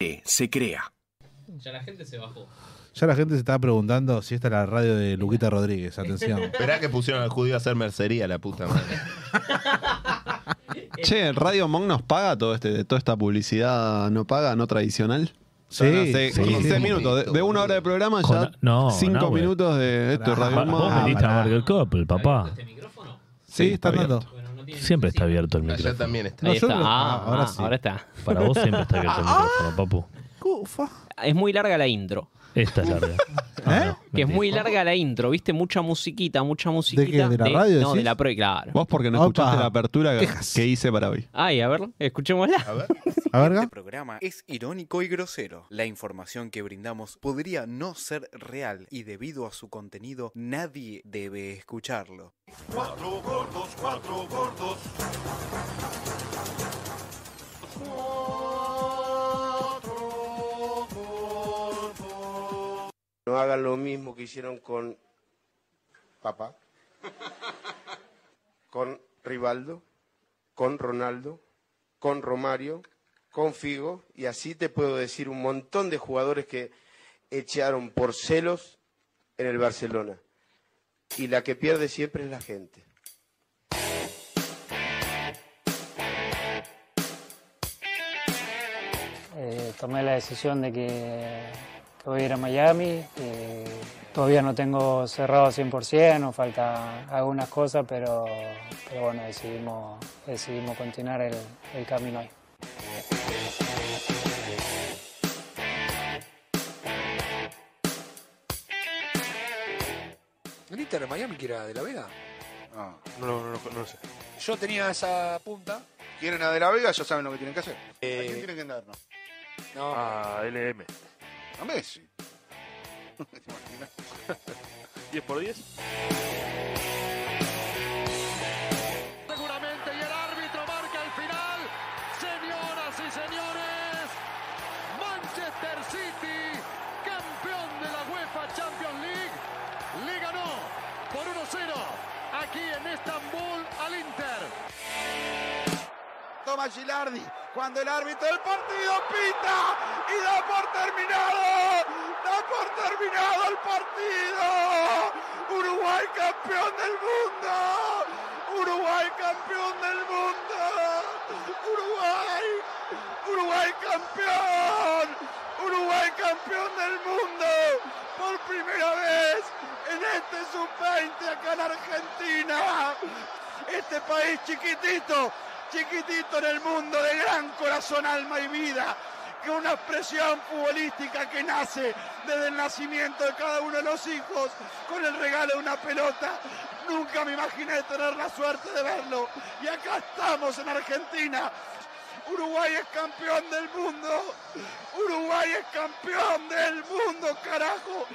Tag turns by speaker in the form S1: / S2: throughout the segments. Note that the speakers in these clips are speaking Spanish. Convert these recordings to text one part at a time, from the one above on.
S1: Eh, se crea.
S2: Ya la gente se bajó.
S3: Ya la gente se estaba preguntando si esta es la radio de Luquita Rodríguez. Atención.
S4: Esperá que pusieron al judío a hacer mercería, la puta madre.
S5: Che, Radio Monk nos paga todo este, toda esta publicidad no paga, no tradicional.
S3: Sí,
S5: Son hace
S3: sí.
S5: 15 minutos. De, de una hora de programa ya
S6: Con- no,
S5: 5
S6: Nahue.
S5: minutos de esto,
S3: Ah, Pará,
S5: Radio
S6: Va-
S5: Monk.
S6: Vos metiste a Margaret Coppel, papá.
S2: ¿Este micrófono?
S3: Sí, está
S5: abierto.
S3: andando.
S2: Bueno, no tiene
S6: Siempre está
S2: necesidad.
S6: abierto el
S4: Allá
S6: micrófono.
S4: también está.
S3: No,
S7: Ahí
S3: yo
S7: está.
S3: creo-
S7: Ah,
S3: ah, ahora
S7: ah,
S3: sí.
S7: ahora está.
S6: Para vos siempre está abierto el micrófono, papu.
S3: Ufa.
S7: Es muy larga la intro.
S6: Esta es la verdad.
S3: ¿Eh?
S7: Que es muy larga la intro, ¿viste? Mucha musiquita, mucha musiquita.
S3: qué? ¿De la radio
S7: No, de
S3: decís?
S7: la pro, claro.
S5: Vos porque no
S3: Opa.
S5: escuchaste la apertura que,
S3: Texas.
S5: que hice para hoy.
S7: Ay, a ver, escuchémosla.
S4: A ver.
S3: A ver,
S8: Este
S3: Ga.
S8: programa es irónico y grosero. La información que brindamos podría no ser real y debido a su contenido nadie debe escucharlo.
S9: no hagan lo mismo que hicieron con papá, con Rivaldo, con Ronaldo, con Romario, con Figo, y así te puedo decir un montón de jugadores que echaron por celos en el Barcelona. Y la que pierde siempre es la gente.
S10: Eh, tomé la decisión de que, que voy a ir a Miami. eh, todavía no tengo cerrado 100%, nos faltan algunas cosas, pero, pero bueno, decidimos, decidimos continuar el, el camino ahí.
S9: ¿El Inter de Miami que era de la Vega? No, no, no, no, sé. Yo tenía esa punta. ¿Quieren a de la Vega? Ya saben lo que tienen que hacer.
S4: Eh,
S9: ¿A quién tienen que darnos? No.
S7: Ah,
S9: A LM. A Messi. ¿Te imaginas? 10 por 10.
S2: Seguramente y el árbitro marca el final. Señoras y señores, Manchester City, campeón de la UEFA Champions League, le ganó por 1-0 aquí en Estambul al Inter.
S9: Toma Gilardi. Cuando el árbitro del partido pita y da por terminado. Da por terminado el partido. Uruguay campeón del mundo. Uruguay campeón del mundo. Uruguay. Uruguay campeón. Uruguay campeón del mundo. Por primera vez en este sub-20 acá en Argentina. Este país chiquitito, chiquitito en el mundo, de gran corazón, alma y vida, que una expresión futbolística que nace desde el nacimiento de cada uno de los hijos con el regalo de una pelota. Nunca me imaginé tener la suerte de verlo. Y acá estamos en Argentina. Uruguay es campeón del mundo. Uruguay es campeón del mundo, carajo.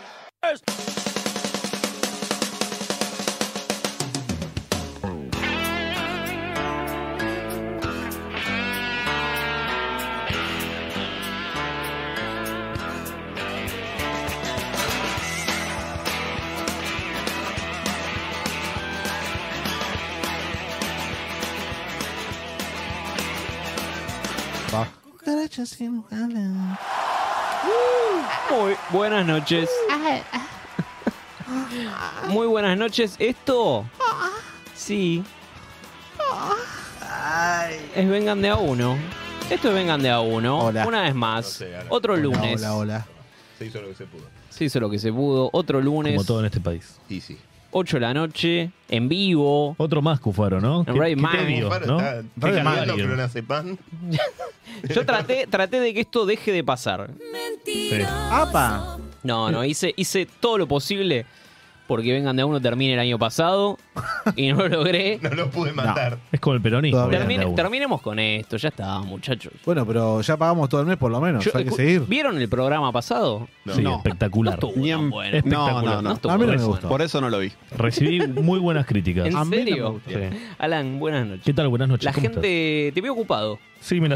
S3: Va.
S7: Muy buenas noches. Muy buenas noches. Esto. Sí. Es Vengan de a uno. Esto es Vengan de a uno.
S3: Hola.
S7: Una vez más.
S4: sé, hola.
S7: Otro
S3: Hola,
S7: lunes.
S3: Hola, hola.
S4: Se hizo lo que se pudo.
S7: Se hizo lo que se pudo. Otro lunes.
S6: Como todo en este país.
S4: Y sí.
S7: 8 de la noche. En vivo.
S6: Otro más, Cufaro, ¿no?
S7: En Radio
S6: ¿Qué,
S7: Man.
S6: tedio,
S4: Cufaro
S6: ¿no?
S4: está
S6: Qué
S4: regalando
S6: tedio.
S4: clonazepam.
S7: Yo traté, traté de que esto deje de pasar.
S6: Sí.
S3: ¡Apa!
S7: No, no, hice, hice todo lo posible porque Vengan de a uno termine el año pasado y no lo logré.
S4: No lo pude matar.
S6: Es como el peronismo.
S3: Todavía.
S6: Vengan de a
S7: Termine-
S6: uno.
S7: terminemos con esto, ya está, muchachos.
S3: Bueno, pero ya pagamos todo el mes por lo menos.
S7: Yo-
S3: hay que
S7: escu-
S3: seguir.
S7: ¿Vieron el programa pasado?
S6: Sí, espectacular.
S7: No estuvo
S5: Ni
S7: tan
S5: en-
S7: bueno.
S5: No,
S6: espectacular.
S5: no, no.
S7: estuvo
S3: A mí no
S7: tan
S3: me
S7: bueno.
S3: gustó.
S5: Por eso no lo vi.
S6: Recibí muy buenas críticas.
S7: ¿En
S3: A mí no me
S7: serio?
S3: gusta.
S6: Sí.
S7: Alan, buenas noches.
S6: ¿Qué tal? Buenas noches.
S7: La
S6: ¿Cómo estás?
S7: gente, te veo ocupado.
S6: Sí, me la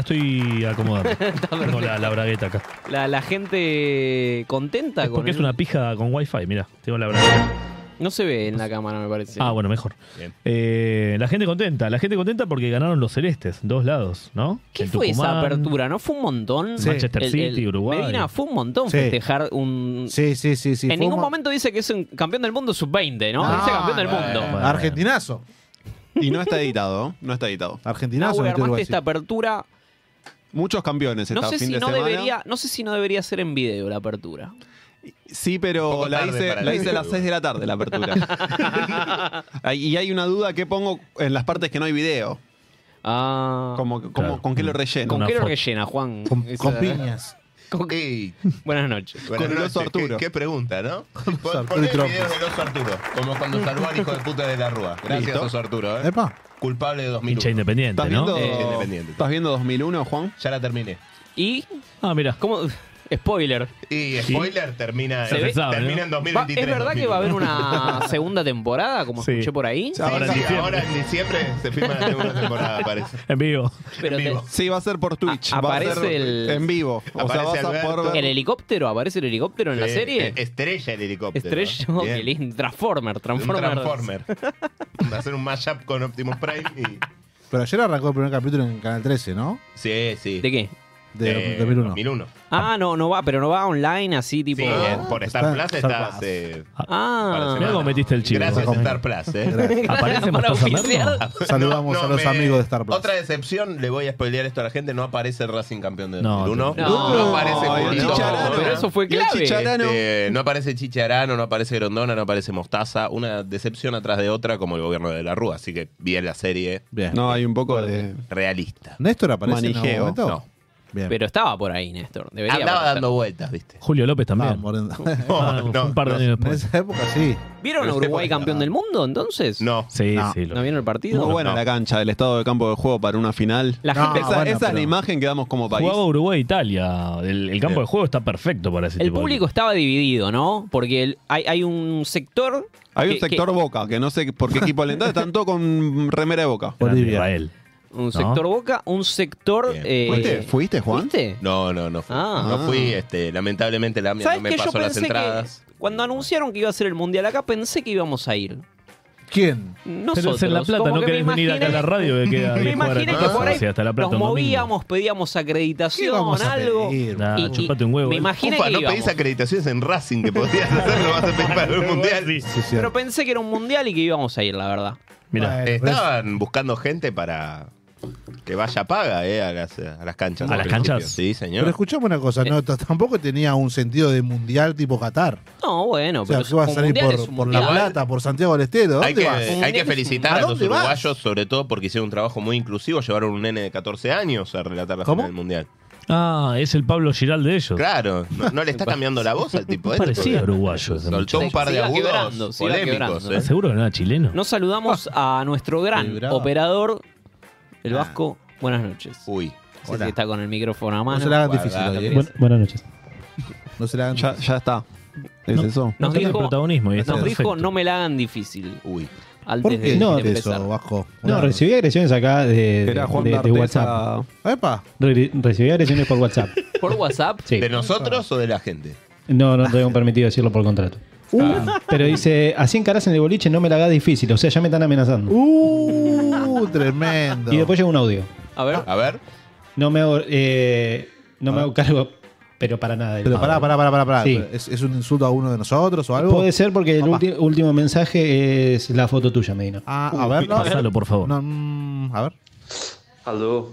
S6: estoy acomodando. Tengo la, la bragueta acá.
S7: La, la gente contenta
S6: Es
S7: con
S6: porque es
S7: el-
S6: una pija con wifi, mira. Tengo la bragueta.
S7: No se ve en la cámara, me parece.
S6: Ah, bueno, mejor.
S4: Bien.
S6: Eh, la gente contenta, la gente contenta porque ganaron los celestes, dos lados, ¿no?
S7: ¿Qué
S6: En
S7: fue esa
S6: Tucumán,
S7: apertura? ¿No fue un montón?
S3: Sí.
S6: Manchester
S7: El-
S6: City,
S7: el-
S6: Uruguay.
S7: Medina, fue un montón
S3: Sí.
S7: festejar un...
S3: Sí, sí, sí. sí.
S7: en
S3: Fue
S7: ningún
S3: un-
S7: momento dice que es un campeón del mundo sub-20, ¿no?
S3: No,
S7: dice campeón del
S3: bueno.
S7: mundo.
S6: Bueno.
S3: Argentinazo.
S5: Y no está editado, ¿eh? no está editado.
S7: Nahue,
S3: Argentinazo. metió
S7: armaste
S3: Uruguay, sí.
S7: esta apertura.
S5: Muchos campeones
S7: No
S5: esta
S7: sé,
S5: fin
S7: si
S5: de
S7: no,
S5: semana.
S7: debería, no sé si no debería ser en video la apertura.
S5: Sí,
S4: Un
S5: pero
S4: poco
S5: la
S4: tarde
S5: hice,
S4: para
S5: la
S4: el
S5: hice a
S4: video,
S5: las 6 de la tarde la apertura. Ay, y hay una duda que pongo en las partes que no hay video.
S7: Ah,
S5: Como, como-
S6: Claro.
S5: ¿Con qué lo relleno?
S7: ¿Con
S6: una
S7: qué lo
S6: foto.
S7: rellena, Juan?
S3: Con,
S7: Esa-
S3: con piñas.
S7: con-
S4: Ey,
S7: Buenas noches.
S4: buenas
S5: Con el
S4: noches.
S5: oso Arturo.
S4: ¿Qué, qué pregunta, ¿no?
S3: oso
S4: Pon,
S3: Arturo
S4: poné
S3: y
S4: el
S3: Trump.
S4: video del oso Arturo. Como cuando salvó al hijo de puta de la Rúa. Gracias,
S5: Listo.
S4: oso Arturo. ¿eh?
S3: Epa.
S4: Culpable de 2001.
S6: Hincha independiente,
S5: ¿Estás
S6: ¿no?
S5: viendo,
S4: Eh, Independiente.
S5: ¿Estás viendo 2001, Juan?
S4: Ya la terminé.
S7: Y,
S6: Ah, mira.
S7: ¿cómo? Spoiler.
S4: Y spoiler, termina,
S7: Se ve-
S4: termina en
S7: Va-
S4: 2023.
S7: ¿Es verdad que va a haber una segunda temporada, como
S6: Sí.
S7: escuché por ahí?
S4: Sí,
S6: Ahora en
S4: sí,
S6: diciembre.
S4: ahora en diciembre se firma la segunda temporada, parece.
S6: En vivo.
S7: Pero
S4: en
S7: te-
S4: vivo.
S5: Sí, va a ser por Twitch.
S7: A-
S5: va a ser
S7: aparece el-
S5: En vivo. O sea, vas
S4: Aparece
S5: a poder
S4: Alberto.
S5: ver-
S7: ¿El helicóptero? ¿Aparece el helicóptero en la
S4: Sí,
S7: serie?
S4: eh, Estrella el helicóptero.
S7: Estrella,
S4: Bien.
S7: oh, qué lindo. Transformer,
S4: Un
S7: Transformer.
S4: Transformer. Hacer un mashup con Optimus Prime y.
S3: Pero ayer arrancó el primer capítulo en Canal 13, ¿no?
S4: Sí, sí.
S7: ¿De qué?
S3: De
S4: Eh,
S3: 2001.
S4: 2001.
S7: Ah, no, no va, pero no va online así tipo.
S4: Sí, eh, por Star
S3: está-
S4: Plus
S3: Star
S4: estás.
S3: Plus.
S4: Eh, para
S7: Ah,
S6: Mirá cómo metiste el chivo.
S4: Gracias,
S3: Ojo.
S4: Star Plus. Eh.
S3: Gracias.
S6: ¿Aparece
S7: Para
S6: Mostaza Merlo?
S7: oficiar.
S3: Saludamos a los amigos de Star Plus.
S4: Otra decepción, le voy a spoilear esto a la gente: no aparece el Racing campeón de
S6: No,
S4: 2001.
S7: no. No,
S4: aparece
S5: el
S4: Julián
S5: Chicharano.
S4: Torres.
S7: Pero eso fue
S5: Y el
S7: clave.
S5: Chicharano.
S4: Este, no aparece Chicharano, no aparece Grondona, no aparece Mostaza. Una decepción atrás de otra, como el gobierno de la Rúa. Así que bien la serie
S3: Bien.
S5: No, hay un poco de.
S4: realista.
S3: ¿Néstor aparece en
S5: Manijeo.
S3: algún momento?
S4: No.
S3: Bien.
S7: Pero estaba por ahí, Néstor. Debería
S4: Andaba
S7: aparecer.
S4: dando vueltas, ¿viste?
S6: Julio López
S3: Ah,
S6: también.
S3: Moreno.
S6: Ah,
S4: no,
S6: un par de
S4: no,
S6: años
S3: en
S6: después.
S3: esa época sí.
S7: ¿Vieron a
S4: Pero este
S7: Uruguay
S4: fue-
S7: campeón del mundo entonces?
S4: No.
S6: Sí,
S3: No.
S6: sí. lo-
S7: ¿No vieron el partido?
S5: Muy buena
S4: No.
S5: la cancha, el estado de campo de juego para una final.
S7: La
S3: No,
S4: Ah,
S7: gente
S5: esa
S3: bueno,
S5: esa es
S3: pero-
S5: la imagen que damos como país.
S6: Jugaba Uruguay-Italia. El, el campo de juego está perfecto para ese
S7: El
S6: tipo de-
S7: público estaba dividido, ¿no? Porque el- hay, hay un sector.
S5: Hay
S7: que-
S5: un sector boca, que no sé por qué equipo alentado, tanto con remera de boca.
S6: Grande
S3: Bolivia.
S6: Israel.
S7: que- un sector boca, un sector.
S4: Bien.
S7: eh,
S5: ¿Fuiste? ¿Fuiste, Juan?
S7: ¿Fuiste?
S4: No, no, no fui.
S7: Ah.
S4: No fui, este, lamentablemente la mía
S7: ¿Sabes
S4: no me
S7: qué? Yo
S4: pasó las
S7: pensé que.
S4: entradas.
S7: Cuando anunciaron que iba a ser el mundial acá, pensé que íbamos a ir.
S3: ¿Quién?
S6: Pero
S7: Nosotros,
S6: es en La Plata,
S7: como
S6: no
S7: que me
S6: querés venir acá a la
S7: imaginé-
S6: radio que queda
S7: Me
S6: diez cuadras
S7: imaginé
S6: de
S7: que
S6: casa,
S7: por ahí
S6: o sea, hasta La Plata
S7: nos
S6: un domingo.
S7: movíamos, pedíamos
S3: ¿Qué
S7: acreditación,
S3: vamos a
S7: algo.
S3: pedir?
S7: Y-
S6: Nah,
S7: y-
S6: chupate un huevo,
S7: me
S6: eh.
S7: imaginé
S4: Ufa,
S7: que
S4: no
S7: íbamos.
S4: pedís acreditaciones en Racing que podías hacerlo, vas a pedir para el mundial.
S3: Sí, sí.
S7: Pero pensé que era un mundial y que íbamos a ir, la verdad.
S6: Mirá,
S3: Bueno,
S4: pues
S3: pero es-
S4: Estaban buscando gente para que vaya paga eh, a, las, a las canchas.
S6: ¿A
S4: al
S6: las
S4: principio.
S6: canchas?
S4: Sí,
S3: Pero
S4: señor.
S3: escuchame una cosa,
S7: Eh.
S3: no, t- tampoco tenía un sentido de mundial tipo Qatar.
S7: No, bueno,
S3: O sea,
S7: pero
S3: que vas a
S7: un
S3: salir
S7: mundial es
S3: por,
S7: un
S3: por La
S7: mundial.
S3: Plata, por Santiago del Estero.
S4: Hay
S3: ¿Dónde
S4: que,
S3: vas?
S7: Un
S4: hay que
S7: nene-
S4: felicitar
S3: ¿A
S4: a, los
S3: dónde vas?
S4: uruguayos, sobre todo porque hicieron un trabajo muy inclusivo. Llevaron un nene de 14 años a relatar la
S3: ¿Cómo?
S4: final del mundial.
S6: Ah, es el Pablo Giral de ellos.
S4: Claro, no, no le está cambiando la voz al tipo. este,
S6: Parecía
S4: porque
S6: uruguayo ese
S4: Soltó un
S7: Se-
S4: par
S7: se
S4: de
S7: iba quebrando,
S4: agudos
S7: se iba
S4: polémicos.
S7: quebrando.
S4: eh.
S6: ¿Estás seguro que no era chileno?
S7: Nos saludamos
S6: Ah.
S7: a nuestro gran
S3: Vibraba.
S7: operador, el
S3: Ah.
S7: Vasco. Buenas noches.
S3: Uh,
S4: Uy.
S7: No sé si está con el micrófono a
S3: No
S7: mano.
S3: se la hagan
S4: Guarda,
S3: difícil hoy, ¿eh?
S6: Bu- buenas noches.
S3: No se la hagan
S5: Ya,
S3: difícil.
S5: ya está. ¿Es eso?
S7: Nos
S6: No tiene
S7: dijo-
S6: protagonismo y está
S7: Nos dijo,
S6: perfecto.
S7: no me la hagan difícil.
S4: Uy.
S7: Antes
S3: ¿Por
S7: de,
S3: qué no,
S7: de empezar.
S3: eso, Vasco?
S1: No,
S3: Una-
S1: recibí agresiones acá de,
S7: Eh,
S1: de-
S5: Era Juan
S1: de- de
S5: D'Arteza-
S1: WhatsApp.
S3: Epa,
S1: Re- recibí agresiones por WhatsApp.
S7: Por WhatsApp.
S1: Sí.
S4: ¿De nosotros o de la gente?
S1: No, no tengo permitido decirlo por contrato.
S7: Uh.
S1: Ah. Pero dice, así encarás en el boliche, no me la hagas difícil. O sea, ya me están amenazando.
S3: Uh, tremendo.
S1: Mm. Y después llega un audio.
S7: A ver.
S4: A ver.
S1: No me hago, eh, no me hago cargo, pero para nada. del
S3: Pero
S1: pago.
S3: pará, pará, pará, pará. pará.
S1: Sí.
S3: ¿Es, es un insulto a uno de nosotros o algo?
S1: Puede ser porque el
S3: Papá.
S1: ulti- último mensaje es la foto tuya, Medina.
S3: Ah, a ver, no.
S6: Pásalo, por favor.
S3: No, mm, a ver.
S11: Alô,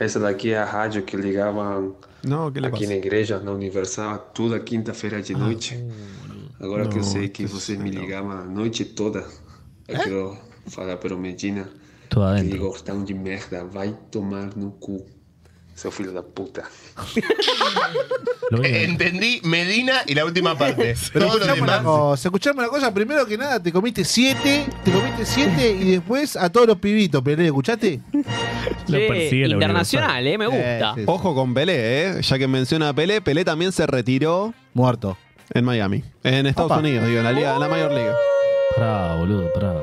S11: essa daqui é a rádio que ligavam
S5: No, ¿qué le
S11: aqui
S5: pasa?
S11: na
S5: Ah,
S11: igreja, na Universal, toda quinta-feira de noite. Agora que eu sei que vocês me ligavam a noite toda,
S5: ¿Eh?
S11: eu quero falar para o Medina
S6: Todo
S11: que
S6: adentro.
S11: ele gostão de merda, vai tomar no cu, seu filho da puta.
S6: Lo voy a-
S4: eh, Entendí Medina y la última parte.
S3: Pero
S4: Todo lo
S3: escuchame una
S4: demás.
S3: cosa, escuchame una cosa, primero que nada, te comiste siete, te comiste siete y después a todos los pibitos, Pelé, ¿escuchaste?
S6: Lo
S7: Che,
S6: persigue la
S7: internacional, eh, me
S3: Eh,
S7: gusta.
S3: sí, sí.
S5: Ojo con Pelé, ¿eh? Ya que menciona a Pelé, Pelé también se retiró
S3: Muerto.
S5: en Miami. En Estados
S3: Opa.
S5: Unidos, digo, en la, liga, en la Mayor Liga.
S6: Pará, boludo, pará.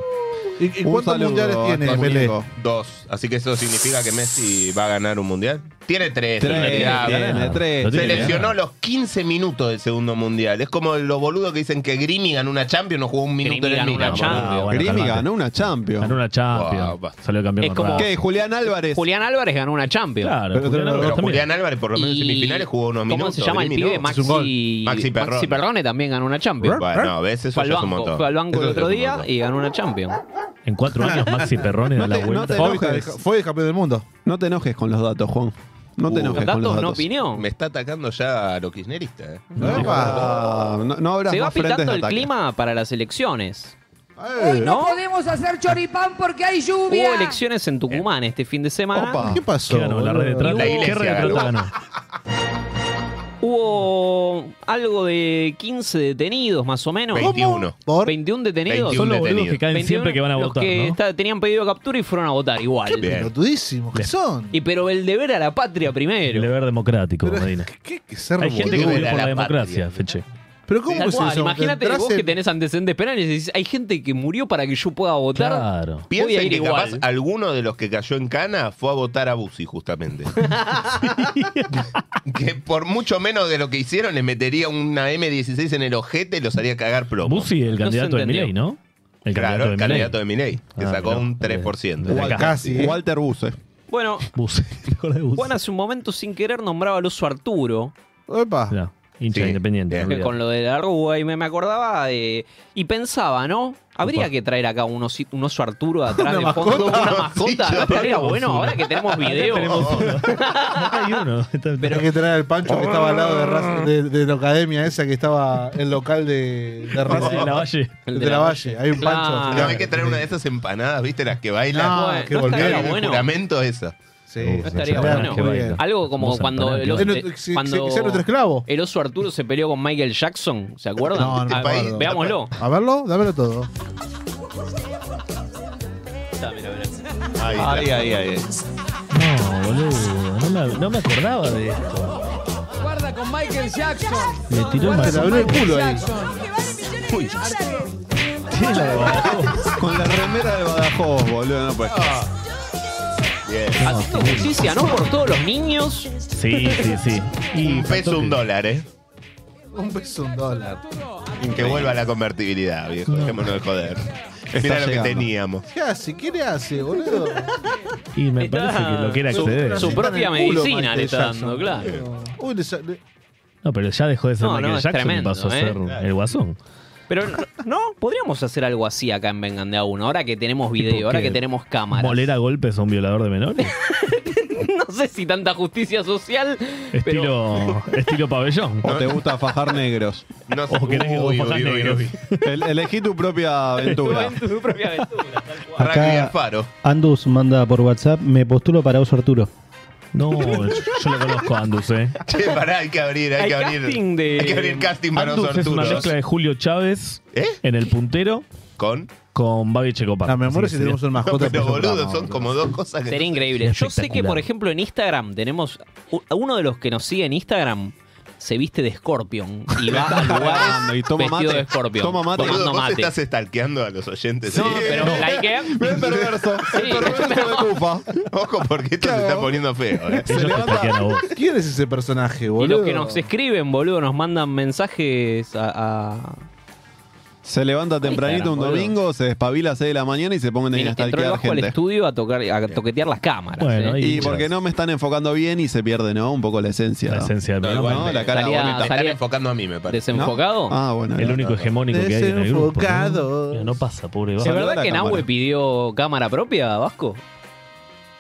S3: ¿Y, y
S5: Un
S3: cuántos
S5: saludo
S3: mundiales
S5: a
S3: tiene
S5: tu
S3: Pelé?
S5: amigo.
S4: Dos. Así que eso significa que Messi va a ganar un mundial. Tiene tres.
S5: Tres,
S4: en realidad.
S5: tiene,
S4: Ganó.
S5: tres. Lo
S4: Se
S5: tiene,
S4: lesionó los 15 minutos del segundo mundial. Es como los boludos que dicen que Grimi ganó una Champions, no jugó un minuto en el Milan. boludo.
S5: Grimi ganó una Champions. Ganó
S6: una Champions. Salió campeón
S4: Es
S6: con
S4: como-
S6: Racing.
S5: ¿Qué? Julián Álvarez.
S7: Julián Álvarez ganó una Champions.
S6: Claro, Pero- Julián pero- Álvarez
S4: pero también. Julián Álvarez por lo menos en
S7: Y-
S4: semifinales jugó unos
S7: ¿Cómo
S4: minutos,
S7: se llama el
S4: Grimi,
S7: pibe?
S4: ¿no? Es un gol.
S7: Maxi,
S4: Maxi Perrone.
S7: también ganó una Champions.
S4: Bueno, a veces
S7: fue al
S4: eso es un
S7: banco,
S4: montón.
S7: Fue al banco el
S4: Eso
S7: otro
S4: es un
S7: día y ganó una Champions.
S6: En cuatro años Maxi Perrone
S5: No
S6: da la
S5: te, no
S6: vuelta.
S5: te enojes.
S3: Fue el campeón del mundo.
S5: No te enojes con los datos, Juan. No te
S4: Uh,
S5: enojes con los datos.
S7: opinión.
S4: Me está atacando ya a lo kirchnerista. eh.
S5: Ah, no, no habrás
S7: Se va
S5: más frentes
S7: pintando
S5: de
S7: el
S5: ataque.
S7: clima para las elecciones.
S12: Hoy Eh, no,
S7: ¿No?
S12: podemos hacer choripán porque hay lluvia.
S7: Hubo elecciones en Tucumán
S4: Eh.
S7: este fin de semana.
S3: ¿Qué pasó?
S6: la red de
S3: boludo?
S6: trata?
S7: La
S6: ¿Qué
S7: iglesia
S6: red de trata ganó?
S7: Hubo algo de 15 detenidos, más o menos.
S4: 21.
S7: 21 detenidos.
S4: 21 Son los boludos
S6: que caen siempre que van a
S7: los
S6: votar,
S7: que
S6: ¿no?
S7: está- tenían pedido de captura y fueron a votar igual.
S3: Qué pelotudísimos que son.
S7: Y pero el deber a la patria primero.
S6: El deber democrático, Medina.
S3: ¿Qué, qué ser
S6: Hay gente que
S3: boludo?
S6: murió por la democracia, Feche.
S3: Pero ¿cómo
S7: Tal
S3: es
S7: cual,
S3: pues, eso?
S7: Imagínate
S3: Entrás
S7: vos que
S3: en-
S7: tenés antecedentes penales y decís, hay gente que murió para que yo pueda votar.
S6: Claro.
S7: Voy a
S4: Piensen
S7: ir
S4: que
S7: igual.
S4: capaz alguno de los que cayó en cana fue a votar a Bussi, justamente. que por mucho menos de lo que hicieron, les metería una M16 en el ojete y los haría cagar plomo.
S6: Bussi, el candidato de
S4: entendió.
S6: Milei, ¿no? El
S4: claro, el
S6: Milei.
S4: candidato de Milei, que
S6: Ah,
S4: sacó
S6: mirá.
S4: un 3%.
S6: Desde acá. Casi, ¿eh?
S5: Walter Buse.
S7: Bueno,
S6: Bussi. Nicolás de Bussi.
S7: Juan hace un momento sin querer nombraba al oso Arturo.
S6: Mirá, hincha independiente.
S7: que
S6: olvidate.
S7: con lo de la rúa y me, me acordaba de... Y pensaba, ¿no? Habría
S6: Opa.
S7: que traer acá un, osi- un oso Arturo de atrás
S6: ¿Una
S7: de fondo, una
S6: mascota? Sí, ya
S7: mascota. ¿No estaría
S6: tenemos
S7: bueno
S6: una.
S7: ahora que tenemos
S6: Acá
S7: video?
S6: tenemos uno. Acá hay uno.
S3: Hay que traer al Pancho que estaba al lado de, Raz- de- de la academia esa que estaba el local de, de Racing.
S6: De la Valle.
S3: El de la Valle. Hay un Pancho.
S4: No, hay que traer una de esas empanadas, ¿viste? Las que bailan.
S3: Ah, Bueno, qué no estaría
S4: El
S7: bueno.
S4: juramento esa.
S3: Sí.
S7: No estaría
S4: Claro,
S7: bueno.
S4: qué vaina.
S7: Algo como
S4: Vamos a
S7: cuando
S4: parar,
S7: el,
S4: ¿no?
S7: oso,
S4: Es
S3: nuestro-
S7: eh,
S3: se-
S7: cuando
S3: se- es nuestro esclavo.
S7: el oso Arturo se peleó con Michael Jackson, ¿se acuerdan?
S3: No, no me
S7: Ah,
S3: acuerdo.
S7: veámoslo.
S3: A verlo, dámelo todo.
S4: Ahí,
S5: Ahí,
S4: está.
S5: ahí,
S6: No, boludo. No me, no me acordaba de esto.
S12: Guarda con Michael Jackson.
S6: Me tiró el
S12: Guarda
S6: mazo.
S12: con
S6: Le abrió el
S12: Michael
S6: culo ahí.
S12: Jackson.
S5: Uy.
S6: Sí, la de Badajoz.
S5: Con la remera de Badajoz, boludo. No, pues.
S7: Haciendo justicia, ¿no? Por todos los niños.
S6: Sí, sí, sí. Y
S4: Un peso, un dólar, ¿eh?
S3: Un peso, un dólar.
S4: Que vuelva la convertibilidad, viejo. Dejémonos de joder. Mira lo que
S5: llegando.
S4: teníamos.
S3: ¿Qué hace? ¿Qué le hace, boludo?
S6: Y me
S7: Está-
S6: parece que lo quiere
S7: su-
S6: acceder.
S7: su propia
S3: En el culo,
S7: medicina
S3: Michael
S7: le está
S3: Jackson,
S7: dando, claro.
S3: boludo. Uy, le sa- le-
S6: No, pero ya dejó de ser
S7: No, no,
S6: Michael
S7: es
S6: Jackson
S7: tremendo,
S6: y pasó
S7: ¿eh?
S6: a ser el guasón.
S7: Pero no- no, podríamos hacer algo así acá en Vengan de a uno. Ahora que tenemos video, ahora
S6: qué?
S7: que tenemos cámara.
S6: ¿Moler a golpes a un violador de menores?
S7: No sé si tanta justicia social, pero
S6: estilo, estilo pabellón.
S5: O te gusta fajar negros.
S4: No
S6: O querés que vos fajas negros.
S5: El- elegí tu propia aventura.
S7: tu, tu propia aventura. tal cual.
S4: Rugby Alfaro.
S1: Andus manda por WhatsApp, me postulo para Oso Arturo.
S6: No, yo, yo lo conozco a Andus, ¿eh?
S4: Che, pará, hay que abrir, hay,
S7: Hay
S4: que abrir.
S7: casting de-
S4: Hay que abrir casting para los
S6: Andus es una
S4: Arturos.
S6: mezcla de Julio Chávez
S4: ¿Eh?
S6: en el puntero
S4: Con.
S6: con Babi Checopar.
S5: Ah,
S3: La memoria
S6: Así
S3: Ah, si
S6: que
S3: tenemos
S6: sería-
S3: un mascota.
S4: pero
S3: por ejemplo.
S4: boludo, son como dos cosas que.
S7: Sería increíble.
S6: Sería
S7: Yo sé que,
S6: espectacular.
S7: por ejemplo, en Instagram tenemos. u- Uno de los que nos sigue en Instagram se viste de Scorpion y va a lugares
S5: Y toma
S7: vestido
S5: mate.
S7: de Scorpion.
S5: Toma mate.
S4: Boludo,
S7: tomando
S4: vos
S7: mate.
S4: estás estalqueando a los oyentes.
S7: No,
S4: ¿eh?
S7: pero like
S5: Ven perverso.
S7: Sí.
S5: El perverso de Cufa.
S4: Ojo, porque esto se está poniendo feo. ¿eh?
S5: Se
S6: Ellos te
S5: levanta.
S6: stalkean a vos.
S3: ¿Quién es ese personaje,
S7: Y
S3: boludo?
S7: los que nos escriben, boludo, nos mandan mensajes a. a-
S5: Se levanta tempranito
S7: Instagram,
S5: un
S7: boludo.
S5: domingo, se despavila a las 6 de la mañana y se ponen a ir
S7: Mira,
S5: a
S7: entró el
S5: stalkear
S7: bajo al
S5: gente.
S7: estudio a, tocar, a toquetear las cámaras.
S6: Bueno,
S7: ¿eh?
S6: ahí
S5: Y porque no me están enfocando bien y se pierde, ¿no? Un poco la esencia.
S6: La esencia del
S4: No,
S6: programa.
S4: igual,
S5: ¿no? La cara
S7: Estaría-
S5: bonita.
S4: Me están
S7: Estaría-
S4: enfocando a mí, me parece.
S7: ¿Desenfocado?
S5: Ah, bueno.
S6: El único hegemónico que hay en el grupo. ¿no?
S3: Desenfocados.
S6: Mira, no pasa, pobre
S7: ¿Es
S6: Babi.
S5: Saluda a
S7: verdad
S5: la
S7: que Nahue
S5: cámara.
S7: pidió cámara propia, Vasco?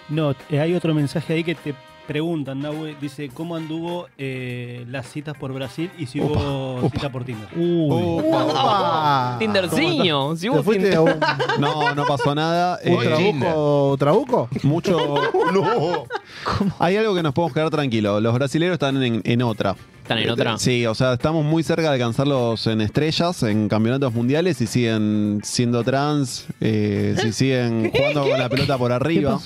S1: No, eh, hay otro mensaje ahí que te preguntan, Nahue, dice, ¿cómo anduvo eh, las citas por Brasil y si hubo cita por Tinder?
S6: Uy,
S5: Opa,
S3: Opa.
S7: Tinderzinho. Si
S3: Ah, ¿Te
S7: vos
S3: fuiste
S7: Tinder-
S3: a un,
S5: No, no pasó nada.
S3: un
S5: Eh,
S3: trabuco? trabuco?
S5: mucho.
S4: No.
S5: Hay algo que nos podemos quedar tranquilos. Los brasileros están en, en otra.
S7: Están en otra.
S5: Sí, o sea, estamos muy cerca de alcanzarlos en estrellas, en campeonatos mundiales, y siguen siendo trans, eh, si siguen jugando con la pelota por arriba.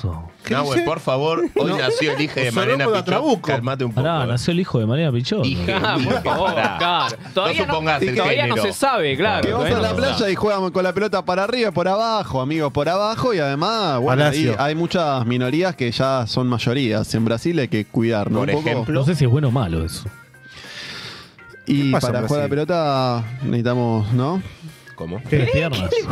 S4: Nahue, por favor, hoy nació el hijo de Mariana Pichot. Calmate un poco.
S6: Pará, nació el hijo de María Pichot.
S4: Hija,
S7: Ah, por favor,
S4: Pará.
S7: claro. Todavía no,
S4: supongas el
S7: todavía no
S4: género.
S7: se sabe, claro.
S5: Que vas
S7: todavía
S5: a la
S7: no se
S5: playa
S7: sabe.
S5: y juegan con la pelota para arriba, y por abajo, amigos, por abajo. Y además, bueno,
S6: Palacio.
S5: ahí hay muchas minorías que ya son mayorías. En Brasil hay que cuidar, ¿no?
S6: Por
S5: Un poco.
S6: No sé si es bueno o malo eso.
S5: Y
S6: ¿Qué pasa
S5: para
S6: en
S5: jugar a la pelota necesitamos, ¿no?
S4: ¿Cómo?
S6: ¿Qué? Piernas.
S5: ¿Qué le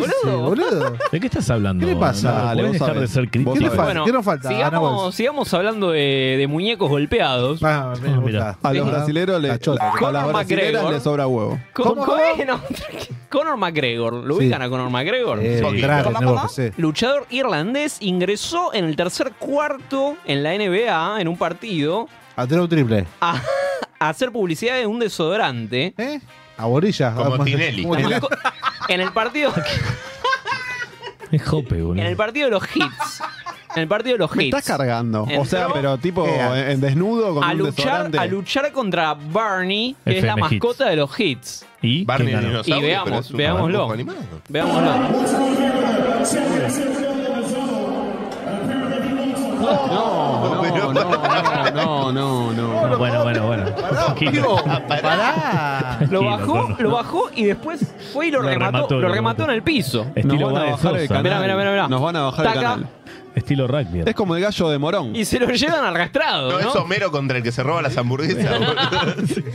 S5: pasa,
S7: boludo?
S6: ¿De qué estás hablando?
S5: ¿Qué le pasa?
S6: Dale,
S5: Dale,
S6: ¿Podés
S5: vos
S6: dejar de
S5: sabés.
S6: ser crítico?
S5: ¿Vos sabés.
S7: Bueno, sigamos, sigamos hablando de, de muñecos golpeados.
S3: Ah,
S5: A los brasileros le- a
S7: Conor
S5: las brasileras
S7: McGregor.
S5: les sobra huevo.
S7: Con- con- no, Conor McGregor, ¿lo
S5: Sí.
S7: ubican a Conor McGregor?
S5: Eh, Sí. contra-
S7: ¿Cómo,
S5: en el
S7: cómo?
S5: UFC.
S7: Luchador irlandés ingresó en el tercer cuarto en la NBA en un partido
S3: A tener Ah, un triple.
S7: a, a hacer publicidad de un desodorante.
S3: ¿Eh? A borilla.
S4: Como
S3: Ah,
S4: Tinelli.
S3: como Tinelli.
S7: En el partido
S6: Es jope,
S7: en
S6: boludo.
S7: el partido de los hits. En el partido de los hits.
S5: Me estás cargando.
S7: Entró
S5: O sea, pero tipo en,
S7: Eh,
S5: en desnudo con
S7: a
S5: un
S7: luchar,
S5: desodorante.
S7: a luchar contra Barney, que es la
S5: FM Hits.
S7: mascota de los hits.
S6: ¿Y?
S4: Barney
S7: Y
S4: el dinosaurio, pero
S7: veamos,
S4: es un
S7: veámoslo.
S4: dibujo animado.
S7: Veámoslo.
S6: Ah,
S5: No, no, no, no, no, no.
S6: bueno, bueno, bueno.
S7: Ah,
S3: Pará.
S7: Lo
S6: Tranquilo,
S7: bajó,
S6: no, no.
S7: lo bajó y después fue y lo,
S6: Lo
S7: remató,
S6: remató,
S7: lo
S6: lo
S7: remató en
S6: remató.
S7: el piso.
S6: Estilo
S5: Nos van a
S6: Bae
S5: bajar el canal.
S6: Sosa, ¿no?
S7: Mirá, mirá, mirá, mirá.
S5: Nos van a bajar
S7: Taca.
S5: el canal.
S6: Estilo rugby.
S5: Es como el gallo de Morón.
S7: Y se lo llevan arrastrado,
S4: No, es
S7: ¿no?
S4: Homero contra el que se roba las hamburguesas.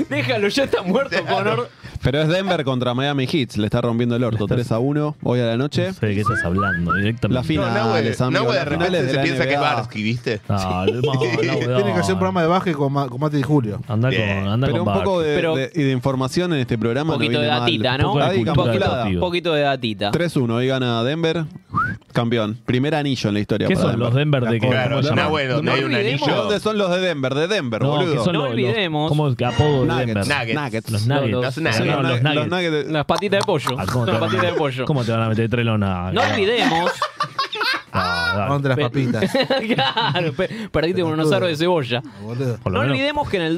S7: Déjalo, ya está muerto, Conor.
S5: Pero es Denver contra Miami Heats. Le está rompiendo el orto. 3 a 1 hoy a la noche.
S6: ¿De qué estás hablando? Directamente.
S5: La final.
S4: Nahue
S5: amigo,
S4: Nahue de
S5: las finales
S4: repente
S5: de
S4: se
S5: la
S4: piensa que es
S5: NBA.
S4: Barsky, ¿viste?
S6: No, no, no,
S3: Tiene que hacer un programa de baje con, Ma- con Mati y Julio.
S6: Anda con, anda
S5: Pero
S6: con
S5: un poco
S6: Barkley.
S5: de,
S7: Pero-
S5: de- y de información en este programa. no
S7: Poquito de
S5: viene mal.
S7: datita, ¿no?
S5: Poco de cultura calculada.
S7: Un poquito de datita.
S5: 3-1, hoy gana Denver, campeón. Primer anillo en la historia.
S6: ¿Qué
S5: para
S6: son los Denver de que
S4: Claro,
S6: cómo se llama?
S4: Nahue, donde
S7: No
S4: hay un
S7: olvidemos-
S4: anillo.
S5: ¿Dónde son los de Denver? De Denver,
S6: No,
S5: boludo.
S6: que son
S7: No
S6: los,
S7: olvidemos.
S6: los ¿Cómo es que apodo de
S5: Nuggets.
S4: Nuggets.
S6: Denver? Los Nuggets.
S7: Los-
S4: Los
S6: Los
S4: Nuggets.
S5: Los
S6: Nuggets. los
S5: Nuggets- los
S6: Nuggets.
S5: Nuggets de-
S7: Las patitas de pollo.
S6: Ah, ¿cómo, te
S7: Las
S6: van a-
S7: patitas de pollo.
S6: ¿Cómo te van a meter tres lonas? Ah,
S7: No olvidemos.
S3: Contra las
S7: Pe-
S3: papitas.
S7: claro, pe- perdiste con unos aros de cebolla.
S3: boludo.
S6: Por
S7: No
S6: lo menos.
S7: olvidemos que en el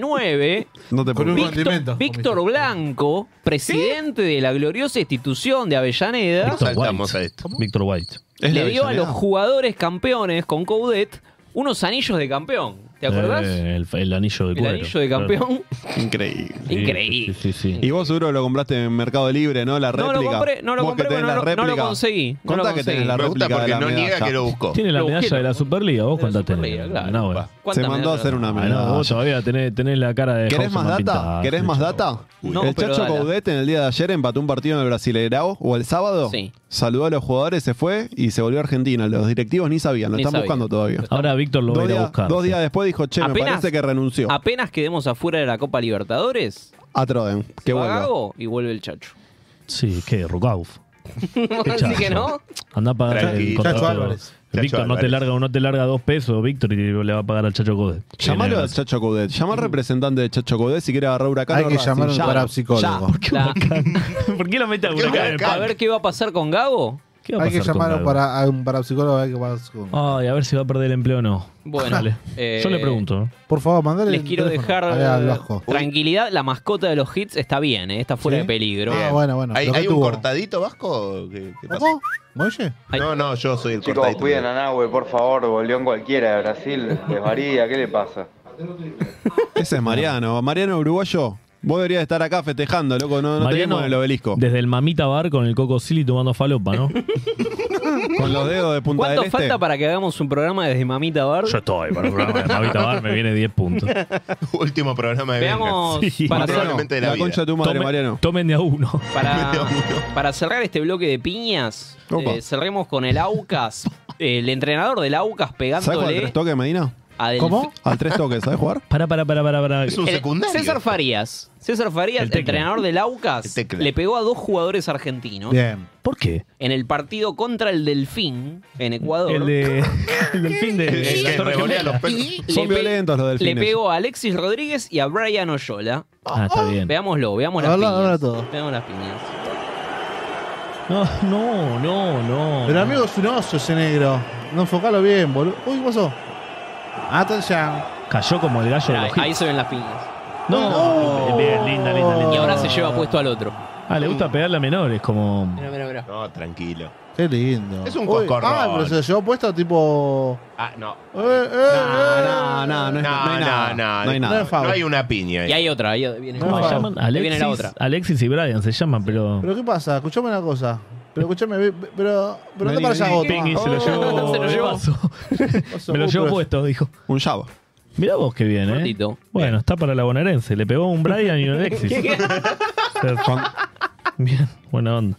S7: 2019,
S5: No te
S3: Con un
S5: preocupes.
S3: condimento.
S7: Víctor, Víctor
S3: comiste.
S7: Blanco, presidente de la gloriosa institución de Avellaneda,
S6: Víctor
S4: Saltamos
S6: White.
S4: a esto.
S6: Víctor White.
S5: ¿Es la
S7: le dio a
S5: Avellaneda?
S7: los jugadores campeones con Coudet unos anillos de campeón. ¿Te acordás?
S6: Eh, el, el anillo de
S7: El
S6: cuero.
S7: anillo de campeón.
S5: Increíble.
S6: Sí,
S7: Increíble.
S6: Sí, sí, sí.
S5: Y vos seguro lo compraste en Mercado Libre, ¿no? La
S7: No
S5: réplica.
S7: lo compré, no lo
S5: Vos que
S7: compré,
S5: tenés
S7: pero no,
S5: la
S7: lo- no lo
S5: réplica.
S7: conseguí. No
S5: Contá
S7: lo
S5: que
S7: conseguí.
S5: tenés la
S4: Me gusta
S5: réplica
S4: porque
S5: de la
S4: no niega
S5: medalla.
S4: que lo buscó.
S6: Tiene la
S7: Lo busqué,
S6: medalla de
S7: lo-
S6: la Superliga,
S7: de
S6: vos
S7: la
S6: cuánta tenés.
S7: Superliga, claro.
S6: No, bueno.
S4: Va.
S5: Se
S7: ¿Cuántas
S5: mandó a
S7: medallas?
S5: hacer una
S6: Ah, no,
S5: medalla.
S6: vos todavía tenés, tenés la cara de.
S5: ¿Querés más
S6: Hauserman
S5: data?
S6: pintada,
S5: ¿Querés
S6: sí,
S5: más
S6: yo.
S5: data?
S7: No,
S5: el
S7: pero
S5: Chacho
S7: dala.
S5: Coudet en el día de ayer empató un partido en el Brasileirao o el sábado.
S7: Sí.
S5: Saludó a los jugadores, se fue y se volvió a Argentina. Los directivos ni sabían, lo
S7: Ni
S5: están
S7: sabían.
S5: buscando todavía.
S6: Ahora Víctor lo va a
S5: Dos
S6: ir a
S5: días,
S6: buscar.
S5: dos
S6: sí.
S5: días después dijo, che, me
S7: Apenas-
S5: parece que renunció
S7: Apenas quedemos afuera de la Copa Libertadores,
S5: a Troden. Que
S7: va
S5: vuelva.
S7: Gago y vuelve el Chacho.
S6: Sí, ¿qué? Rukauf.
S7: Así que no.
S6: Anda a pagar
S4: Tranqui,
S6: el
S4: Chacho
S6: contrato.
S3: Álvarez.
S6: Víctor,
S4: Chacho
S6: no te,
S4: Álvarez.
S6: larga, no te larga dos pesos, Víctor, y le va a pagar al Chacho Code.
S5: Llamalo al Chacho Coudet. Llama al representante de Chacho Coudet si quiere agarrar huracán.
S3: Hay
S5: o
S3: que
S5: Racing.
S3: llamar a un
S5: Ya,
S3: parapsicólogo.
S5: ya.
S7: La-
S6: ¿Por qué lo mete a
S4: ¿Por qué
S6: Huracán?
S4: Huracán?
S7: a ver qué va a pasar con Gago.
S6: ¿Qué va a
S3: Hay que
S6: pasar con
S3: llamar a un
S6: Gago?
S3: para- a un parapsicólogo. hay que pasar con-
S6: Ay, a ver si va a perder el empleo o no.
S7: Bueno,
S6: Dale.
S7: eh,
S6: yo le pregunto.
S3: Por favor, mandale.
S7: Les
S3: el
S7: quiero
S3: teléfono.
S7: dejar
S3: Ahí al
S7: eh,
S3: bajo.
S7: tranquilidad. La mascota de los hits está bien, eh, está fuera
S3: ¿Sí?
S7: de peligro.
S3: Ah, bueno, bueno.
S4: ¿Hay,
S3: lo que
S4: hay un
S3: tuvo.
S4: cortadito vasco? ¿Qué, qué pasa?
S3: ¿Cómo? ¿Moye?
S7: Ay.
S4: No, no, yo soy el
S13: Chicos,
S4: cortadito.
S13: cuiden a Nahue, por favor, volvió en cualquiera de Brasil, de María, ¿qué le pasa?
S5: Ese es Mariano. Mariano Uruguayo. Vos deberías estar acá festejando, loco. No, no
S6: Mariano,
S5: teníamos el obelisco.
S6: Desde el mamita bar con el Coco Silly tomando falopa, ¿no?
S5: Con los dedos de punta del
S7: ¿Cuánto
S5: este.
S7: falta para que hagamos un programa desde Mamita Bar?
S6: Yo estoy para el programa de mamita bar, me viene 10 puntos.
S4: Último programa de
S7: Veamos
S4: Vengas.
S6: Sí.
S7: para,
S4: Más
S7: cer-
S4: probablemente de
S5: la
S4: la,
S5: concha de
S4: vida.
S5: tu madre,
S6: Tomen-
S5: Mariano.
S6: Tomen de a uno.
S7: para, para cerrar este bloque de piñas,
S5: Opa.
S7: eh, cerremos con el Aucas, el entrenador del Aucas
S5: ¿Sabes cuál
S7: pegándole
S5: tres toques, Medina?
S7: a Delf-
S3: ¿Cómo?
S5: Al tres toques, ¿sabes jugar?
S6: Para, para, para, para, para.
S4: Es un
S7: El-
S4: secundario.
S7: César Farías. César Farías,
S6: El
S7: el
S6: tecla.
S7: entrenador del
S4: El
S7: Aucas,
S4: tecla.
S7: le pegó a dos jugadores argentinos
S3: Bien.
S6: ¿Por qué?
S7: en el partido contra el Delfín en Ecuador.
S6: El de. El del fin de.
S4: El
S6: la
S4: Eh, que
S6: Torre
S4: revolea
S6: Gemela.
S4: los pelos.
S7: Le
S5: Son
S7: pe-
S5: violentos los
S7: Le
S5: delfines.
S7: pegó a Alexis Rodríguez y a Brian Oyola.
S6: Ah, está bien.
S7: Veámoslo, veamos las
S3: Habla-
S7: piñas.
S3: habla todo.
S7: Veamos las piñas.
S6: No, no, no, no.
S3: Pero amigo es un oso ese negro. No enfocalo bien, boludo. Uy, ¿qué pasó? Atención.
S6: Cayó como el gallo de
S7: Ahí,
S6: los hits.
S7: ahí se ven las piñas.
S6: No, bien, linda, linda, linda.
S7: Y ahora se lleva puesto al otro.
S6: Ah, le gusta pegarle a menores, como.
S7: Mira, mira, mira.
S4: No, tranquilo.
S3: Qué lindo.
S4: Es un
S3: Uy,
S4: coscorrón.
S3: Ah, pero se lo llevó puesto tipo.
S4: Ah, no.
S3: Eh, eh,
S5: No, no, no, es- no hay nada.
S4: no,
S5: No hay nada.
S3: No es foul.
S4: No hay una piña. ahí.
S7: Y hay otra, ahí viene,
S6: ¿Cómo se llaman?
S7: ahí viene la
S6: Alexis,
S7: otra.
S6: Alexis y Brian se llaman, pero.
S3: Pero qué pasa, escuchame una cosa. Pero escuchame, ve- ve- pero. Pero anda
S6: Vení,
S3: para allá
S6: vení,
S3: vos.
S6: Pingui, se lo
S3: Oh,
S6: llevó.
S7: Se lo
S6: de
S7: llevó.
S6: paso.
S3: vos sos
S6: Me lo
S3: muy
S6: llevó
S3: pro-
S6: puesto, dijo.
S5: Un Java.
S6: Mirá vos qué bien, ¿eh?
S7: Cortito.
S6: Bueno, está para la bonaerense. Le pegó un Brian y un Alexis. Se fan- Bien, buena onda.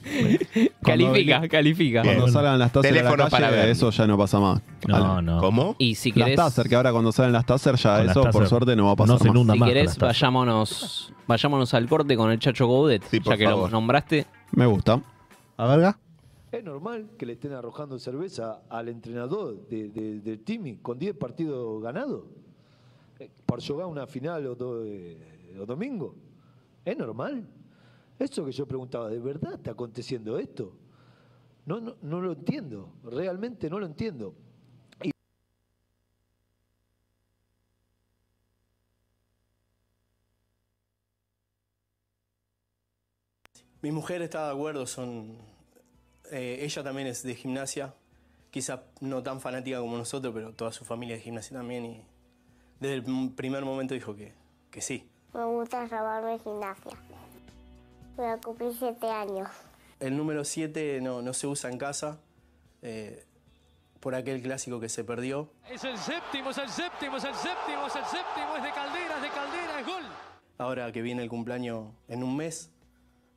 S7: Califica, califica.
S5: Cuando salgan las tazas de la
S4: Teléfono
S5: calle,
S4: para ver.
S5: eso ya no pasa más.
S6: No, no.
S4: ¿Cómo?
S7: Y si
S5: Las
S7: querés,
S5: taser, que ahora cuando salen las taser ya
S6: Con las
S5: eso por
S6: taser
S5: suerte no va a pasar
S6: no se inunda
S5: más.
S7: si
S6: más
S7: querés
S6: con las tazas.
S7: vayámonos, vayámonos al corte con el Chacho Goudet,
S4: por
S7: ya que
S4: favor.
S7: lo nombraste.
S5: Me gusta.
S3: A verga.
S14: Es normal que le estén arrojando cerveza al entrenador de, de- del Timi con 10 partidos ganados eh, para jugar una final o, do- eh, o domingo. Es normal. Eso que yo preguntaba, ¿de verdad está aconteciendo esto? No, no, no lo entiendo, realmente no lo entiendo. Y-
S15: Mi mujer está de acuerdo, son. eh, ella también es de gimnasia, quizá no tan fanática como nosotros, pero toda su familia es de gimnasia también y desde el m- primer momento dijo que, que sí.
S16: Me gusta robarme gimnasia. Voy a cumplir 7 años.
S15: El número 7 no, no se usa en casa eh, por aquel clásico que se perdió.
S2: Es el séptimo, es el séptimo, es el séptimo, es el séptimo, es de Caldera, es de Caldera, es gol.
S15: Ahora que viene el cumpleaños en un mes,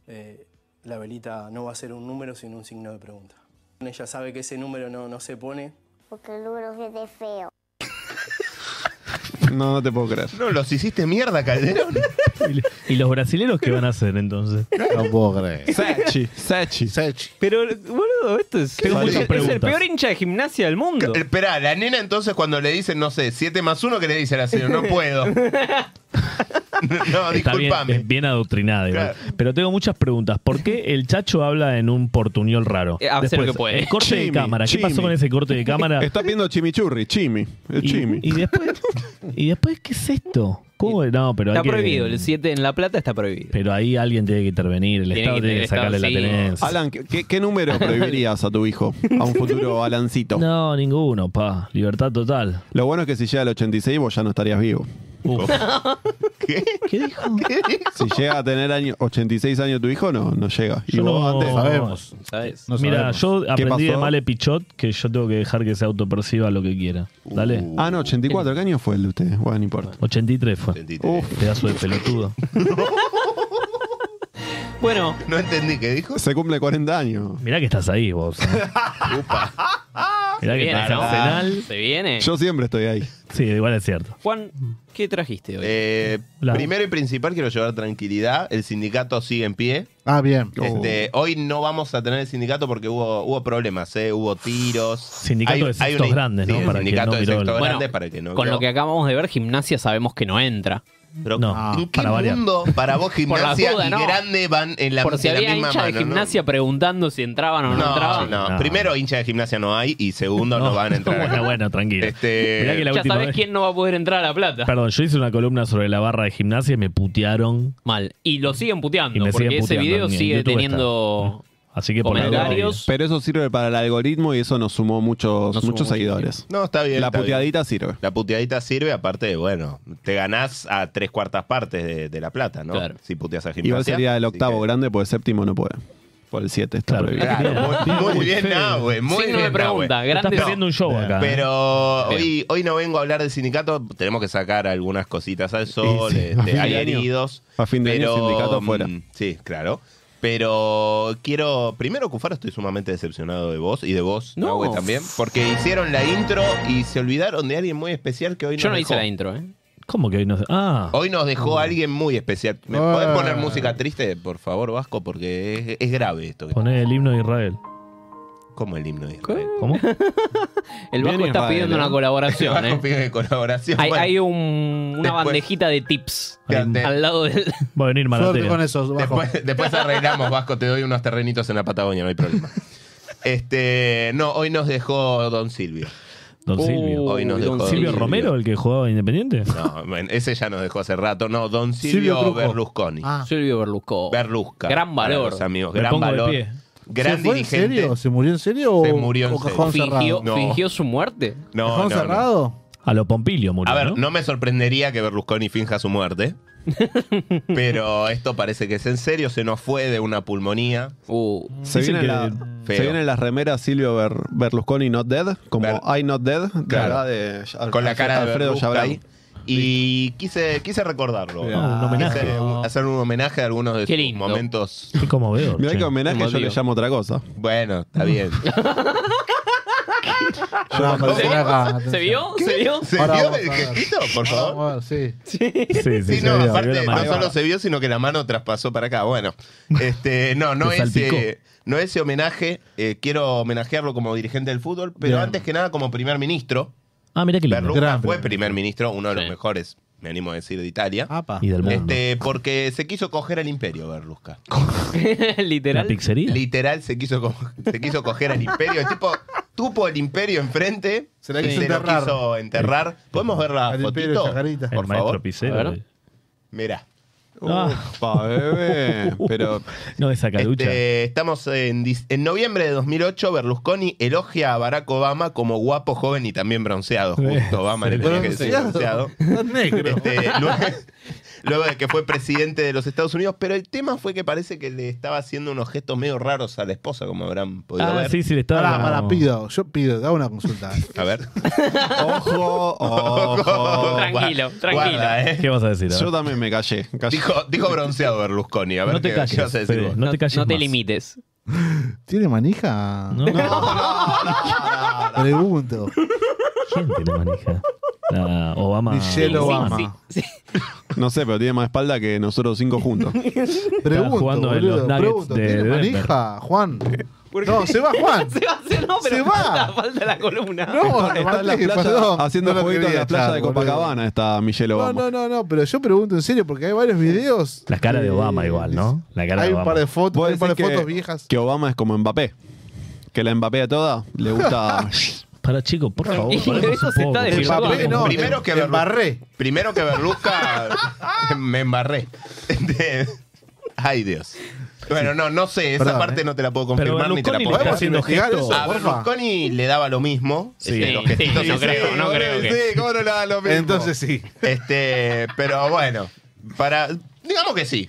S15: eh, la velita no va a ser un número sino un signo de pregunta. Ella sabe que ese número no, no se pone,
S16: Porque el número 7 es feo.
S5: No, no te puedo creer.
S4: No, los hiciste mierda, Calderón.
S6: ¿Y los brasileros qué van a hacer entonces?
S3: No puedo creer.
S5: Sachi, Sachi.
S3: Sachi.
S7: Pero, boludo, esto es,
S6: Tengo muchas
S7: es el
S6: preguntas.
S7: peor hincha de gimnasia del mundo.
S4: Esperá, la nena entonces cuando le dicen, no sé, 7 más 1, que le dice la señora, no puedo. no,
S6: Está bien,
S4: discúlpame.
S6: es bien adoctrinada igual. Pero tengo muchas preguntas. ¿Por qué el Chacho habla en un portuñol raro?
S7: Eh, hace lo que puede.
S6: El corte de
S5: Chimi,
S6: cámara. ¿Qué pasó
S5: chimi.
S6: con ese corte de cámara?
S5: Está pidiendo chimichurri, chimi. El
S6: Y-
S5: chimi.
S6: Y, después, y después, ¿qué es esto? ¿Cómo? No, pero hay
S7: Está
S6: que-
S7: prohibido, el 7 en La Plata está prohibido.
S6: Pero ahí alguien tiene que intervenir, el
S7: Tiene
S6: Estado
S7: que
S6: tiene que
S7: intervenir,
S6: sacarle la
S7: sí.
S6: tenencia.
S5: Alan, ¿qué- ¿qué, qué número prohibirías a tu hijo? A un futuro Alancito.
S6: No, ninguno, pa. Libertad total.
S5: Lo bueno es que si llega al 86 vos ya no estarías vivo.
S6: Uf.
S2: ¿Qué
S6: dijo?
S5: Si llega a tener año, 86 años tu hijo, no, no llega. Y
S6: Yo
S5: vos
S6: no-
S5: antes
S6: Sabemos.
S7: ¿Sabes?
S6: Mira,
S5: sabemos.
S6: yo
S5: ¿Qué
S6: aprendí de
S5: pasó?
S6: Male Pichot que yo tengo que dejar que se autoperciba lo que quiera. Dale.
S5: Ah, no, 84. ¿Qué año fue el de ustedes? Bueno, no importa.
S6: 83 fue. Pedazo de pelotudo.
S7: Bueno,
S4: No entendí qué dijo.
S5: Se cumple 40 años.
S6: Mirá que estás ahí vos. Mirá
S7: se
S6: que
S7: viene,
S6: estás
S7: ¿no?
S6: arsenal.
S7: Se viene.
S5: Yo siempre estoy ahí.
S6: Sí, igual es cierto.
S7: Juan, ¿qué trajiste hoy?
S4: Eh,
S6: La-
S4: primero y principal, quiero llevar tranquilidad. El sindicato sigue en pie.
S3: Ah, bien.
S6: Oh.
S4: Este, Hoy no vamos a tener el sindicato porque hubo, hubo problemas, ¿eh? hubo tiros.
S6: Sindicato de sextos
S4: una-
S6: grandes, ¿no?
S4: sí, el
S6: Para quien
S4: sindicato
S6: no
S4: de
S6: miró
S4: sextos
S6: el-
S4: grandes
S7: Bueno,
S4: para el que no
S7: Con
S4: vio.
S7: lo que acabamos de ver, gimnasia sabemos que no entra.
S4: Pero,
S6: No,
S4: ¿En qué
S6: para variar.
S4: mundo para vos
S7: Por las
S4: gimnasia
S7: dudas,
S4: y
S7: no.
S4: grande van en la,
S7: Por si
S4: en la
S7: había
S4: misma
S7: hincha de
S4: mano, ¿no?
S7: gimnasia preguntando si entraban o no,
S4: No,
S7: entraban.
S4: no.
S6: No.
S4: Primero, hincha de gimnasia no hay y segundo, no, van a entrar.
S6: bueno,
S4: acá.
S6: bueno, tranquilo.
S4: Este,
S6: Mirá que la
S7: ya
S6: última
S7: sabés
S6: vez-
S7: quién no va a poder entrar a La Plata.
S6: Perdón, yo hice una columna sobre la barra de gimnasia y me putearon.
S7: Mal. Y lo siguen
S6: Y
S7: puteando,
S6: me
S7: porque
S6: siguen
S7: ese
S6: puteando,
S7: video
S6: ni en
S7: sigue
S6: YouTube
S7: teniendo
S4: Ah.
S6: Así que por la
S7: comentarios.
S5: Pero eso sirve para el algoritmo y eso nos sumó muchos,
S7: Nos sumó
S5: muchos
S7: mucho.
S5: seguidores.
S4: No, está bien.
S5: La
S4: está bien.
S5: puteadita sirve.
S4: La puteadita sirve, aparte, bueno, te ganás a tres cuartas partes de, de la plata, ¿no?
S7: Claro.
S4: Si puteas a gimnasia.
S5: Igual sería el
S4: Así
S5: octavo
S4: que-
S5: grande, porque el séptimo no puede. Por el 7 está
S6: Claro.
S5: prohibido.
S4: Claro, Ah, muy, muy
S6: Muy
S4: bien,
S6: feo.
S4: Nahue. Muy
S7: Signo de
S4: bien, Nahue.
S7: pregunta.
S6: Estás
S7: Grandes,
S6: perdiendo un show acá. ¿eh?
S4: Pero hoy, hoy no vengo a hablar del sindicato, tenemos que sacar algunas cositas al sol,
S5: sí,
S4: este,
S5: a fin de
S4: hay
S5: año.
S4: heridos.
S5: A fin de año,
S4: pero,
S5: sindicato
S4: mm,
S5: fuera.
S4: Sí, claro. Pero quiero, primero Cufaro, estoy sumamente decepcionado de vos y de vos,
S7: No.
S4: Nahue, también, porque hicieron la intro y se olvidaron de alguien muy especial que hoy nos
S7: yo no
S4: dejó.
S7: hice la intro, ¿eh?
S6: ¿Cómo que hoy no? Ah,
S4: Hoy nos dejó alguien muy especial. ¿Me
S3: Ah.
S4: podés poner música triste, por favor, Vasco? Porque es, es grave esto.
S6: poné el himno de Israel.
S4: Como el himno de Israel.
S6: ¿Cómo?
S7: El Vasco está
S5: Bien Israel,
S7: pidiendo
S5: ¿eh?
S7: una colaboración,
S4: Vasco
S7: ¿eh?
S4: pide colaboración.
S7: Hay,
S4: Bueno,
S7: hay un- una
S4: Después-
S7: bandejita de tips
S4: te-
S7: al,
S4: te-
S7: al lado del.
S6: Va a venir
S3: Suerte con
S6: Maratera.
S3: eso, bajo.
S4: Después, después arreglamos, Vasco, te doy unos terrenitos en la Patagonia, no hay problema. Este, no, hoy nos dejó Don Silvio.
S6: Don
S4: Uy,
S6: Silvio.
S7: Uh,
S4: hoy nos
S6: Don
S4: dejó Don
S6: Silvio
S4: Silvio.
S6: Romero, el que jugaba Independiente.
S4: No, bueno, ese ya nos dejó hace rato. No, don Silvio,
S6: Silvio Trucco.
S4: Berlusconi.
S6: Ah.
S7: Silvio Berlusconi.
S4: Berlusca.
S7: Gran
S4: para
S7: valor.
S4: los amigos,
S7: Me
S4: gran
S7: pongo de
S4: valor.
S7: pie.
S4: Gran
S3: ¿Se fue en
S4: dirigente.
S3: serio? ¿Se murió en serio
S4: Se
S3: o-
S4: murió en
S3: o cajón
S4: serio.
S3: cerrado?
S7: Fingió, fingió su muerte.
S4: No, no, no.
S6: A lo Pompilio murió.
S4: A ver,
S6: ¿no?
S4: ¿no? me sorprendería que Berlusconi finja su muerte. pero esto parece que es en serio. Se nos fue de una pulmonía.
S7: Uh.
S5: Se viene, la-
S4: Feo.
S5: se vienen las remeras Silvio Ber- Berlusconi Not Dead, como I Not Dead, de
S4: Claro.
S5: acá de Al-
S4: Con la cara de
S5: Alfredo
S4: Berlusca
S5: Chabral.
S4: ahí. Y quise, quise recordarlo.
S5: Ah, un homenaje.
S4: Quise hacer un homenaje a algunos de
S5: Qué
S4: sus
S5: lindo.
S4: momentos.
S6: Qué conmovedor.
S5: Mirá
S6: che.
S5: que homenaje yo le
S4: Emotivo.
S5: llamo otra cosa.
S4: Bueno, está bien.
S3: Ya, apareció acá.
S7: ¿Se vio? ¿Se vio?
S4: ¿Se
S3: Ahora
S4: vio
S3: vamos
S4: el
S3: a ver.
S4: gejito, por
S3: Ahora
S4: favor?
S3: vamos a ver, sí.
S6: Sí,
S4: Sí,
S6: sí,
S4: no,
S6: se vio,
S4: aparte
S6: vio la mano.
S4: no solo se vio, sino que la mano traspasó para acá. Bueno, este, no, no
S6: Te salpicó.
S4: ese, no ese homenaje. eh, quiero homenajearlo como dirigente del fútbol, pero
S6: Bien.
S4: antes que nada como primer ministro.
S6: Ah, mirá que lindo.
S4: Berlusca fue primer ministro, uno de los mejores, me animo a decir, de Italia.
S3: Ah,
S6: Y del mundo.
S4: Este, porque se quiso coger al imperio, Berlusca.
S7: Literal.
S6: La pizzería.
S4: Literal se quiso, co- se quiso coger al imperio. El tipo tuvo el imperio enfrente. Se,
S3: la
S4: la
S3: quiso
S4: quiso, lo
S3: enterrar.
S4: quiso enterrar. ¿Podemos ver la
S3: Al imperio
S4: fotito?
S3: de Chacarita.
S4: Por favor.
S6: el maestro eh. Picero.
S4: A ver.
S6: güey.
S4: Mirá.
S6: Ah.
S5: Pa, bebé, pero
S6: No, esa caducha.
S4: Este, estamos en, dis- en noviembre de 2008. Berlusconi elogia a Barack Obama como guapo, joven y también bronceado. Justo Obama le tenía que decir bronceado. Este, luego, luego de que fue presidente de los Estados Unidos. Pero el tema fue que parece que le estaba haciendo unos gestos medio raros a la esposa, como habrán podido
S6: Ah,
S4: ver.
S6: sí, sí, le estaba.
S3: Pará, pará, pido. Yo pido, da una consulta.
S4: A ver.
S5: Ojo, ojo.
S7: Tranquilo,
S4: Guarda,
S7: tranquilo.
S4: guarda, eh.
S6: ¿Qué vas a decir? A ver.
S5: Yo también me callé. callé.
S4: Dijo, dijo bronceado Berlusconi. A ver
S6: No te
S4: qué,
S6: calles,
S4: qué vas a decir
S6: Fede,
S4: vos.
S6: no te calles
S7: No te
S6: más.
S7: limites.
S3: ¿Tiene manija?
S6: No.
S3: Pregunto.
S6: ¿Quién tiene manija? Ah, Obama.
S3: Michelle Obama.
S5: No sé, pero tiene más espalda que nosotros cinco juntos.
S3: Pregunto,
S6: jugando en los
S3: boludo,
S6: Nuggets
S3: pregunto.
S6: de
S3: ¿Tiene
S6: Denver.
S3: manija, Juan? No, se va
S4: Ah.
S3: Juan.
S7: se va, se, no, pero
S3: Se va.
S7: Falta, falta la columna.
S3: No,
S5: Está en la
S3: Martín,
S5: playa
S3: perdón.
S5: haciendo
S3: No lo
S5: jueguito en
S3: quería
S5: la playa
S3: echar,
S5: de
S3: boludo.
S5: Copacabana está Michelle
S3: No,
S5: Obama.
S3: no, no, no, pero yo pregunto en serio porque hay varios videos.
S6: La cara de Obama, igual, ¿no? La cara
S3: hay
S6: de
S3: un
S6: Obama.
S3: par de fotos,
S5: ¿Vos
S3: hay un par de
S5: decís que-
S3: fotos viejas.
S5: Que Obama es como Mbappé. Que la Mbappé a toda le gusta.
S6: Para, chico, por favor.
S7: Y
S6: paremos
S7: de eso
S6: un
S7: se
S6: poco.
S7: está
S3: El
S7: desvirtuando.
S3: papel no,
S4: primero que
S3: me
S4: Berlu-
S3: embarré.
S4: Primero que Berlusca me embarré. Ay, Dios. Bueno, no, no sé, esa
S3: Perdón,
S4: parte
S3: eh.
S4: no te la puedo
S6: Pero
S4: confirmar ni te la
S6: Berlusconi
S4: puedo
S6: le está
S4: decir.
S6: haciendo
S3: investigar
S6: gestos.
S3: eso.
S4: A
S3: Porfa.
S4: Berlusconi le daba lo mismo.
S6: Sí.
S4: este, los gestitos
S7: Sí, no
S4: ese,
S7: creo, no
S4: ¿cómo
S7: creo
S4: le-
S7: que-
S4: sí, ¿cómo no le daba lo mismo?
S3: Entonces sí.
S4: Este, pero bueno, para. Digamos que sí.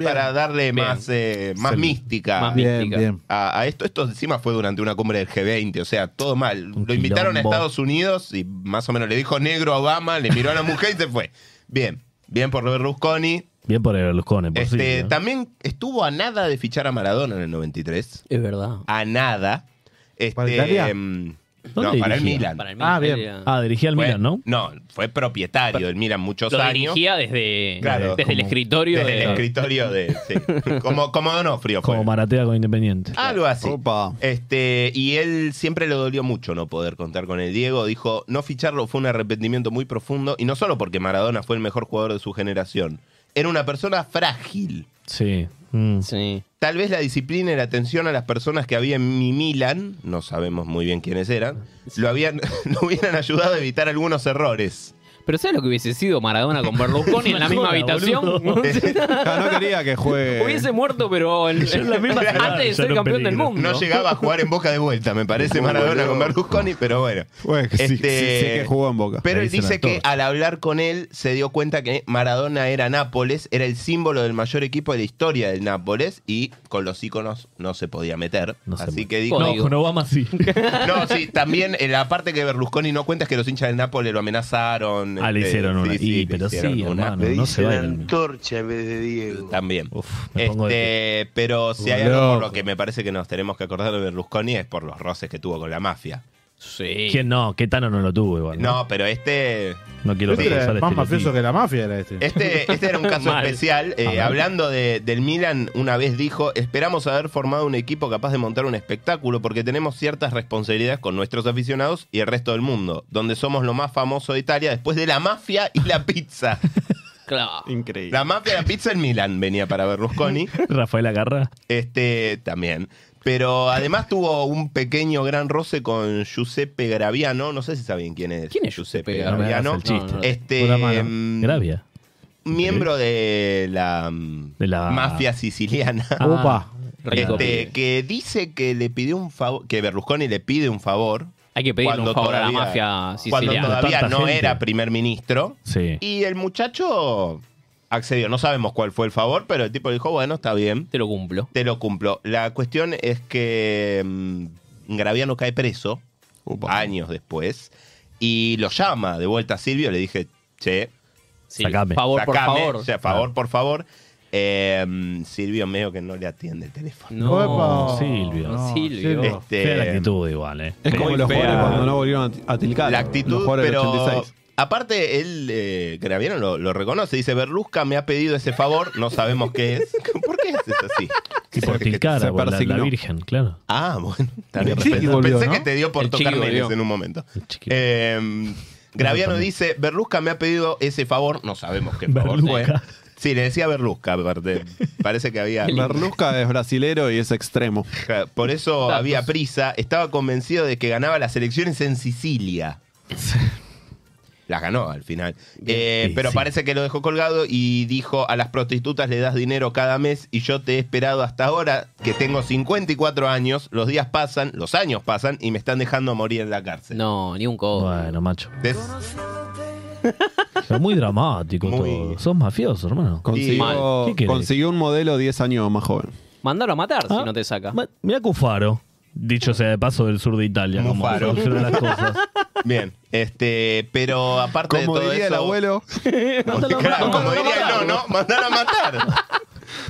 S4: Para darle más, eh, más
S6: Sí.
S4: mística
S7: Más
S3: Bien,
S7: mística.
S3: bien.
S4: a, a esto. Esto encima fue durante una cumbre del G20, o sea, todo mal.
S6: Un
S4: Lo invitaron a
S6: quilombo.
S4: Estados Unidos y más o menos le dijo negro a Obama, le miró a la mujer y se fue. Bien, bien por Berlusconi.
S6: Bien por Berlusconi, por
S4: Este,
S6: Silvio.
S4: También estuvo a nada de fichar a Maradona en el 93.
S7: Es verdad.
S4: A nada. Este,
S3: ¿Para Italia?
S4: em,
S6: ¿Dónde
S4: no, para el
S6: dirigía?
S4: Milan.
S7: Para mí,
S3: Ah, bien.
S7: era-
S6: Ah, dirigía al
S4: Fue-
S6: Milan, ¿no?
S4: fue propietario del Milan muchos
S7: Lo
S4: años.
S7: dirigía desde,
S4: Claro,
S7: desde el
S4: como-
S7: escritorio.
S4: Desde el
S7: de-
S4: escritorio de. sí. Como, como Donofrio. fue.
S6: Como maratea con Independiente.
S4: Algo así.
S5: Opa.
S4: Este, y él siempre le dolió mucho no poder contar con el Diego. Dijo, no ficharlo fue un arrepentimiento muy profundo. Y no solo porque Maradona fue el mejor jugador de su generación. Era una persona frágil.
S6: Sí. Mm.
S7: Sí.
S4: Tal vez la disciplina y la atención a las personas que había en mi Milan, no sabemos muy bien quiénes eran, lo, habían, lo hubieran ayudado a evitar algunos errores.
S7: Pero ¿sabes lo que hubiese sido Maradona con Berlusconi en la misma
S6: Maradona,
S7: habitación?
S6: boludo.
S5: Ya, no quería que juegue.
S7: Hubiese muerto, pero en-
S6: en la misma ciudad,
S7: antes de
S6: ya
S7: ser
S6: era un
S7: campeón del
S6: peligro.
S7: mundo.
S4: No llegaba a jugar en Boca de vuelta, me parece, Maradona con Berlusconi, pero bueno.
S5: Bueno, que sí,
S4: Este,
S5: sí, sí que jugó en Boca.
S4: Pero
S6: Ahí
S4: él
S6: se la
S4: dice que
S6: torta.
S4: al hablar con él se dio cuenta que Maradona era Nápoles, era el símbolo del mayor equipo de la historia del Nápoles y con los íconos no se podía meter.
S6: No se
S4: Así
S6: puede.
S4: que dijo...
S6: No,
S7: Código.
S6: con Obama sí.
S4: Este, No, sí, también eh, la parte que Berlusconi no cuenta es que los hinchas del Nápoles lo amenazaron.
S6: Ah, le
S4: este,
S6: hicieron una.
S4: sí, sí,
S6: y,
S4: le
S6: pero sí,
S4: hicieron una.
S6: hermano,
S9: Le
S6: no se
S9: dice
S6: va
S9: la
S6: a ir al-
S9: antorcha en vez de Diego.
S4: También.
S6: Uf, me pongo de
S4: Este, pero si hay algo por lo que me parece que nos tenemos que acordar de Berlusconi es por los roces que tuvo con la mafia.
S7: Sí.
S6: pie. ¿Quién no? Tano no lo tuvo igual? No,
S4: No, pero este
S6: No quiero
S3: Este era
S6: reforzar
S3: más
S6: este
S3: mafioso que la mafia era este.
S4: Este, este era un caso
S7: Mal.
S4: especial. Eh,
S6: A ver.
S4: hablando de- del Milan, una vez dijo, esperamos haber formado un equipo capaz de montar un espectáculo porque tenemos ciertas responsabilidades con nuestros aficionados y el resto del mundo, donde somos lo más famoso de Italia después de la mafia y la pizza.
S7: Claro.
S5: Increíble.
S4: La mafia y la pizza en Milan venía para Berlusconi.
S6: Rafael Agarra.
S4: Este, también. Pero además tuvo un pequeño gran roce con Giuseppe Graviano. No sé si saben quién es. ¿Quién es Giuseppe
S6: Graviano?
S4: Graviano?
S6: El chiste.
S4: Este,
S6: Pura mano.
S4: mm,
S6: Gravia.
S4: miembro de la, mm, mafia siciliana.
S6: Ah, Opa. rico
S4: Este,
S6: pibe.
S4: que dice que le pidió un favor, que Berlusconi le pide un favor.
S7: Hay que pedirle un favor a la mafia siciliana.
S4: Cuando todavía
S7: Tanta
S4: no
S7: gente.
S4: era primer ministro.
S6: Sí.
S4: Y el muchacho accedió. No sabemos cuál fue el favor, pero el tipo dijo, bueno, está bien.
S7: Te lo cumplo.
S4: Te lo cumplo. La cuestión es que mm, Graviano cae preso años después y lo llama de vuelta a Silvio. Le dije, che,
S7: Sí, Sacame. favor por
S4: sacame,
S7: favor.
S4: o sea, favor por favor. Eh, Silvio medio que no le atiende el teléfono.
S6: No, Epa. Oh, Silvio. No, Silvio.
S4: Este,
S6: Fea la actitud igual, eh.
S5: Es como
S4: muy
S5: los jugadores
S4: fea.
S5: cuando no volvieron a, a Tilcara.
S4: La
S5: Los
S4: actitud,
S5: jugadores del
S4: pero
S5: 86.
S4: aparte él, eh, Graviano lo, lo reconoce, dice, Berlusca me ha pedido ese favor, no sabemos qué es. ¿Por qué haces así?
S6: Y por Tilcara, por la, la Virgen, claro.
S4: Ah, bueno. está bien,
S6: El chiqui
S4: pensé
S6: volvió,
S4: pensé
S6: ¿no?
S4: que te dio por
S6: El chiqui
S4: tocar menes
S6: volvió.
S4: en un momento. Eh, Graviano dice, Berlusca me ha pedido ese favor, no sabemos qué favor
S5: Berlusca.
S4: fue. Sí, le decía Berlusca, aparte. parece que había...
S5: Berlusca es brasilero y es extremo.
S4: Por eso había prisa, estaba convencido de que ganaba las elecciones en Sicilia. Las ganó al final. Eh, pero parece que lo dejó colgado y dijo, a las prostitutas le das dinero cada mes y yo te he esperado hasta ahora, que tengo 54 años, los días pasan, los años pasan y me están dejando morir en la cárcel.
S7: No, ni un codo.
S6: Bueno, macho.
S4: Es-
S6: Pero muy dramático todo. Sos mafioso, hermano.
S5: Consiguió,
S6: ¿Qué querés?
S5: consiguió un modelo 10 años más joven.
S7: Mandalo a matar
S6: Ah,
S7: si no te saca.
S6: Mirá Cufaro. Dicho sea de paso del sur de Italia. como
S4: Mufaro.
S6: soluciona las cosas.
S4: Bien, este, pero aparte
S5: Como
S4: de todo
S5: diría el
S4: eso-
S5: abuelo.
S4: Claro, como diría el no, mandar a matar.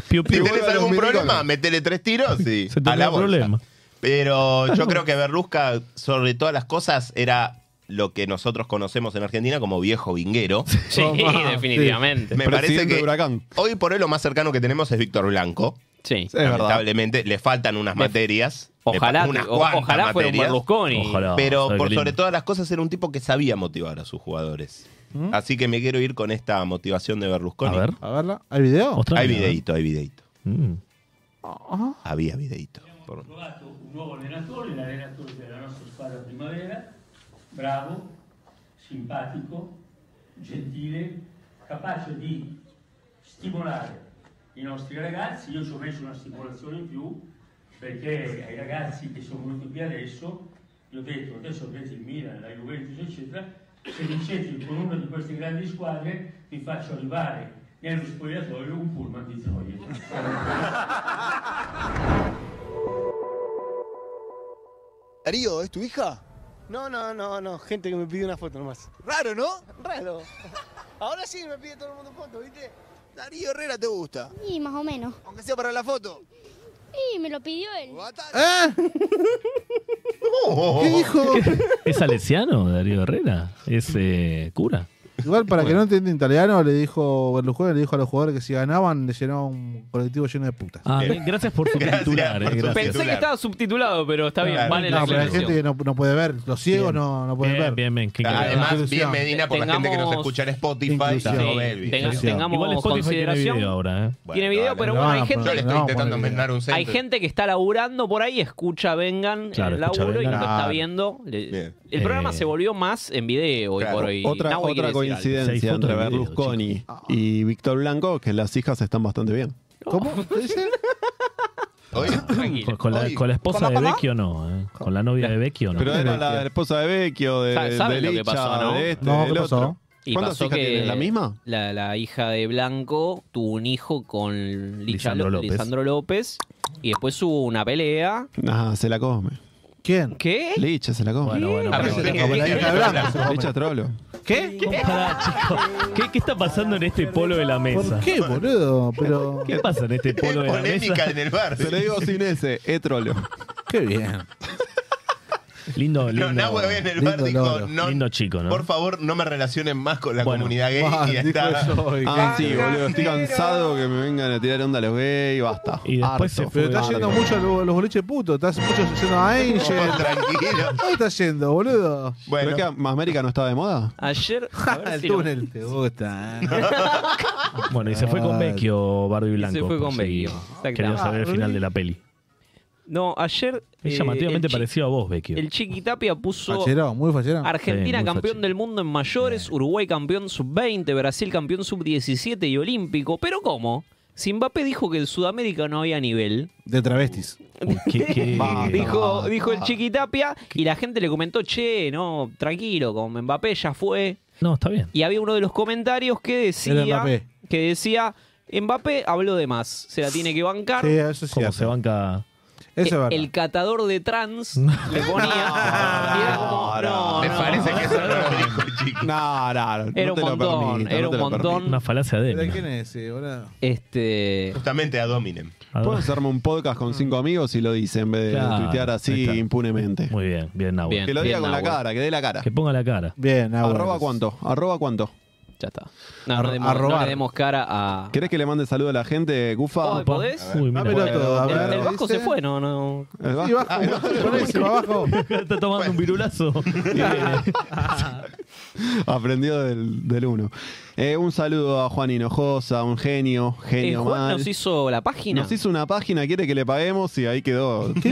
S4: si tenés algún problema, metele tres tiros y a la bolsa. Pero yo creo que Berlusca, sobre todas las cosas, era lo que nosotros conocemos en Argentina como viejo vinguero.
S7: Sí, Tomá. definitivamente.
S4: Me
S7: Presidente
S4: parece que
S7: de
S4: hoy por hoy lo más cercano que tenemos es Víctor Blanco.
S7: Sí.
S4: Lamentablemente le faltan unas materias. le
S7: ojalá-
S4: faltan unas
S7: o-
S4: cuantas
S7: ojalá fuera un
S4: materias.
S7: Berlusconi. Ojalá,
S4: Pero
S7: sabe
S4: por
S7: qué
S4: sobre
S7: lindo.
S4: todas las cosas era un tipo que sabía motivar a sus jugadores.
S7: ¿Mm?
S4: Así que me quiero ir con esta motivación de Berlusconi.
S3: A ver. A verla. ¿Hay video?
S4: Hay videito, hay videito.
S6: Mm.
S4: Había videito. Por-
S17: trovato un nuovo allenatore, l'allenatore della nostra squadra primavera, bravo, simpatico, gentile, capace di stimolare i nostri ragazzi. Io ci ho messo una stimolazione in più perché ai ragazzi che sono venuti qui adesso, gli ho detto adesso avete il Milan, la Juventus, eccetera, se vincete con una di queste grandi squadre vi faccio arrivare nello spogliatoio un pullman di gioia.
S18: Darío, ¿es tu hija? No, no, no, no. Gente que me pidió una foto nomás. Raro, ¿no? Raro. Ahora sí me pide todo el mundo foto, ¿viste? Darío Herrera te gusta.
S16: Y más o menos.
S18: Aunque sea para la foto.
S16: Y me lo pidió él.
S3: ¿Eh?
S4: Oh.
S3: ¿Qué dijo?
S6: ¿Es salesiano, Darío Herrera? ¿Es eh, cura?
S3: Igual, para que no entienda italiano, le dijo Berlusconi, le dijo a los jugadores que si ganaban, le llenaba un colectivo lleno de putas.
S6: Ah, bien, gracias por su titular. eh, gracias.
S7: Pensé que estaba subtitulado, pero está bien.
S3: Claro.
S7: Vale la
S3: no, pero hay gente
S7: aclaración.
S3: que no, no puede ver. Los ciegos
S6: Bien.
S3: no, no pueden
S6: Bien,
S3: ver.
S6: bien, bien, qué increíble.
S4: Además, bien Medina por la gente que nos
S7: Tengamos-
S4: escucha en Spotify.
S7: Inclusión.
S4: no
S7: Sí,
S4: ve el video.
S7: tenga-
S4: Inclusión.
S7: tengamos Igual Spotify consideración. tiene video ahora,
S6: ¿eh?
S7: Tiene video, pero
S4: no,
S7: bueno, hay
S4: no,
S7: gente.
S4: Yo le estoy intentando inventar un centro.
S7: Hay gente que está laburando por ahí, escucha, vengan
S4: Claro,
S7: el
S4: escucha,
S7: laburo y
S4: vengan.
S7: lo está
S4: Claro.
S7: viendo. Le-
S4: Eh.
S7: El programa se volvió más en video hoy por hoy.
S5: Otra,
S7: Nahue
S5: otra
S7: quiere decir algo.
S5: coincidencia entre Berlusconi y Víctor Blanco, que las hijas están bastante bien.
S3: ¿Cómo?
S6: Con, con la, con la esposa de Vecchio no, eh. con la novia de Vecchio no.
S5: Pero era la esposa de Vecchio, de,
S7: Sa- ¿Saben
S5: de
S7: lo que
S5: Licha,
S7: pasó, no?
S5: de este, del otro.
S7: Y
S5: ¿Cuántas
S7: pasó
S5: hijas
S7: que
S5: tiene? ¿La misma?
S7: La, la hija de Blanco tuvo un hijo con Licha
S5: Lisandro
S7: Lo- Lisandro
S5: López.
S7: López. Y después hubo una pelea.
S5: Ah, se la come.
S3: ¿Quién?
S7: ¿Qué?
S5: Licha se la come.
S7: Bueno, bueno, Ah, pero bueno. se la come la hija de Blanco, se la come.
S5: Licha Trollo.
S3: ¿Qué?
S6: ¿Qué? Pará, chico. ¿Qué, qué está pasando en este polo de la mesa?
S3: ¿Por qué, boludo? Pero...
S6: ¿Qué pasa en este polo de la mesa?
S5: Se lo digo sin ese, es trolo.
S3: Qué bien.
S6: Lindo, lindo.
S4: No, Nahue ve en el bar dijo, no,
S6: Lindo chico, ¿no?
S4: por favor, no me relacionen más con la comunidad gay.
S5: Ah,
S4: y
S5: dijo
S4: está...
S5: eso hoy. Ah, sí, boludo. Estoy cansado que me vengan a tirar onda los gays y basta. Y
S6: después se fue.
S5: Pero
S3: Estás yendo mucho a los, los boliches putos. Estás mucho yendo a Angel.
S4: tranquilo.
S3: ¿Dónde estás yendo, boludo?
S5: Bueno. ¿Pero es que América no estaba de moda?
S7: Ayer.
S3: El túnel te gusta. ¿eh?
S6: Bueno, y se fue con Vecchio, Bardo y Blanco.
S7: fue
S6: por
S7: con
S6: si
S7: Vecchio, exactamente.
S5: Ah,
S6: Querían saber el final de la peli.
S7: No, ayer.
S6: Es
S7: eh,
S6: llamativamente
S7: el chi-
S6: parecido a vos, Vecchio.
S7: El Chiqui Tapia puso.
S3: Facherón, muy facherón.
S7: Argentina
S6: Sí, muy
S7: campeón del mundo en mayores, Uruguay campeón sub-20, Brasil campeón sub-17 y olímpico. ¿Pero cómo? Si Mbappé dijo que en Sudamérica no había nivel.
S3: De travestis.
S7: Ah, dijo, dijo el Chiqui Tapia y la gente le comentó, che, no, tranquilo, con Mbappé ya fue.
S6: No, está bien.
S7: Y había uno de los comentarios que
S6: Era
S7: decía
S6: Mbappé.
S7: que decía Mbappé habló de más, se la tiene que bancar.
S6: Como se banca.
S7: Eh, el catador de trans le ponía. y era como, no,
S4: Me
S7: no.
S4: parece que eso no lo dijo, chico.
S5: No, no, no
S7: Era un
S5: te lo
S7: montón, era
S5: permito, no te
S7: un
S5: lo permito.
S7: montón.
S6: Una falacia de
S3: ¿Quién es ese, boludo?
S7: Este.
S4: Justamente a Dominem.
S5: Puedo hacerme un podcast con cinco amigos y lo dice en vez de
S6: Mm. Claro,
S5: tuitear
S6: ahí
S5: así
S6: está.
S5: impunemente.
S6: Muy bien, bien, Nahuel.
S5: que lo diga con la cara, que dé la cara.
S6: Que ponga la cara.
S3: Bien, ah,
S5: ¿Arroba cuánto? ¿Arroba cuánto?
S7: Ya está. No, no le demos- no le demos cara a.
S5: ¿Querés que le mande saludo a la gente, Gufa?
S7: Ay, ¿Podés?
S5: Uy, mira. Dámelo todo, a
S7: El-
S5: ver,
S7: el Vasco
S5: dice.
S7: se fue, no, no.
S5: El Vasco.
S3: Sí, bajo, ponese para abajo.
S6: Está tomando un virulazo. Eh,
S5: Aprendió del, del uno. Eh, un saludo a Juan Hinojosa, un genio,
S7: Eh,
S5: genio
S7: Juan
S5: mal.
S7: nos hizo la página.
S5: Nos hizo una página, quiere que le paguemos y ahí
S7: No.
S5: quedó. Lo-
S7: Nos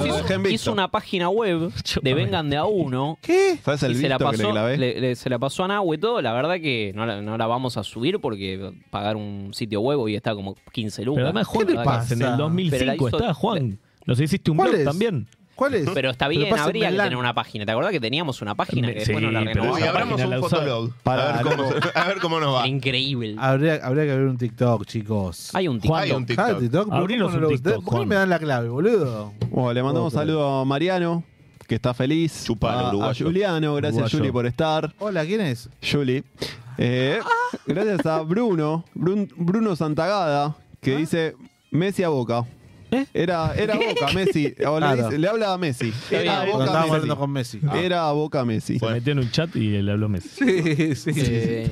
S5: lo
S7: hizo,
S5: dejé en visto.
S7: hizo una página web de Vengan de a uno.
S5: ¿Qué? ¿Sabes el
S7: y se la,
S5: visto que le
S7: pasó,
S5: clavé?
S7: le- le- se la pasó a Nahue y todo. La verdad que no la, no la vamos a subir porque pagar un sitio web hoy está como 15 lucas.
S6: Pero además, Juan,
S7: La verdad que-
S6: en el
S7: Pero la
S6: 2005
S7: hizo-
S6: está, Juan. Nos hiciste un
S7: ¿Cuál
S6: blog
S7: es?
S6: también.
S3: ¿Cuál
S7: Pero está bien, habría que tener una página. ¿Te acordás que teníamos una página que
S6: Sí,
S7: después no la
S6: pero
S7: renovamos?
S4: Uy, abramos un fotolog. Para ver cómo, a ver cómo nos va.
S7: Increíble.
S3: Habría, habría que abrir un TikTok, chicos.
S7: Hay un
S4: TikTok. Hay un TikTok.
S3: Ah, TikTok. ¿Pero
S4: Abrinos
S3: cómo no
S4: un
S3: lo-
S4: TikTok,
S3: ¿Por qué no
S4: Juan.
S3: me dan la clave, boludo?
S5: Bueno, le mandamos un
S3: Otro.
S5: saludo a Mariano, que está feliz.
S4: Chupalo,
S5: a, a
S4: uruguayo.
S5: Juliano, gracias
S4: Uruguayo.
S5: Juli por estar.
S3: Hola, ¿quién es?
S5: Juli. Eh, gracias a Bruno, Brun- Bruno Santagada, que
S3: ¿Ah?
S5: dice Messi a Boca. Era, era
S3: ¿Qué?
S5: Boca, Messi. O le,
S3: ¿Eh? Claro.
S5: dice- le habla a Messi.
S3: bien.
S5: Era a
S3: Cuando estábamos
S5: Boca, Messi.
S3: hablando con Messi.
S5: Era a Boca Messi.
S6: Se metió en un chat y le habló Messi.
S3: Sí, sí.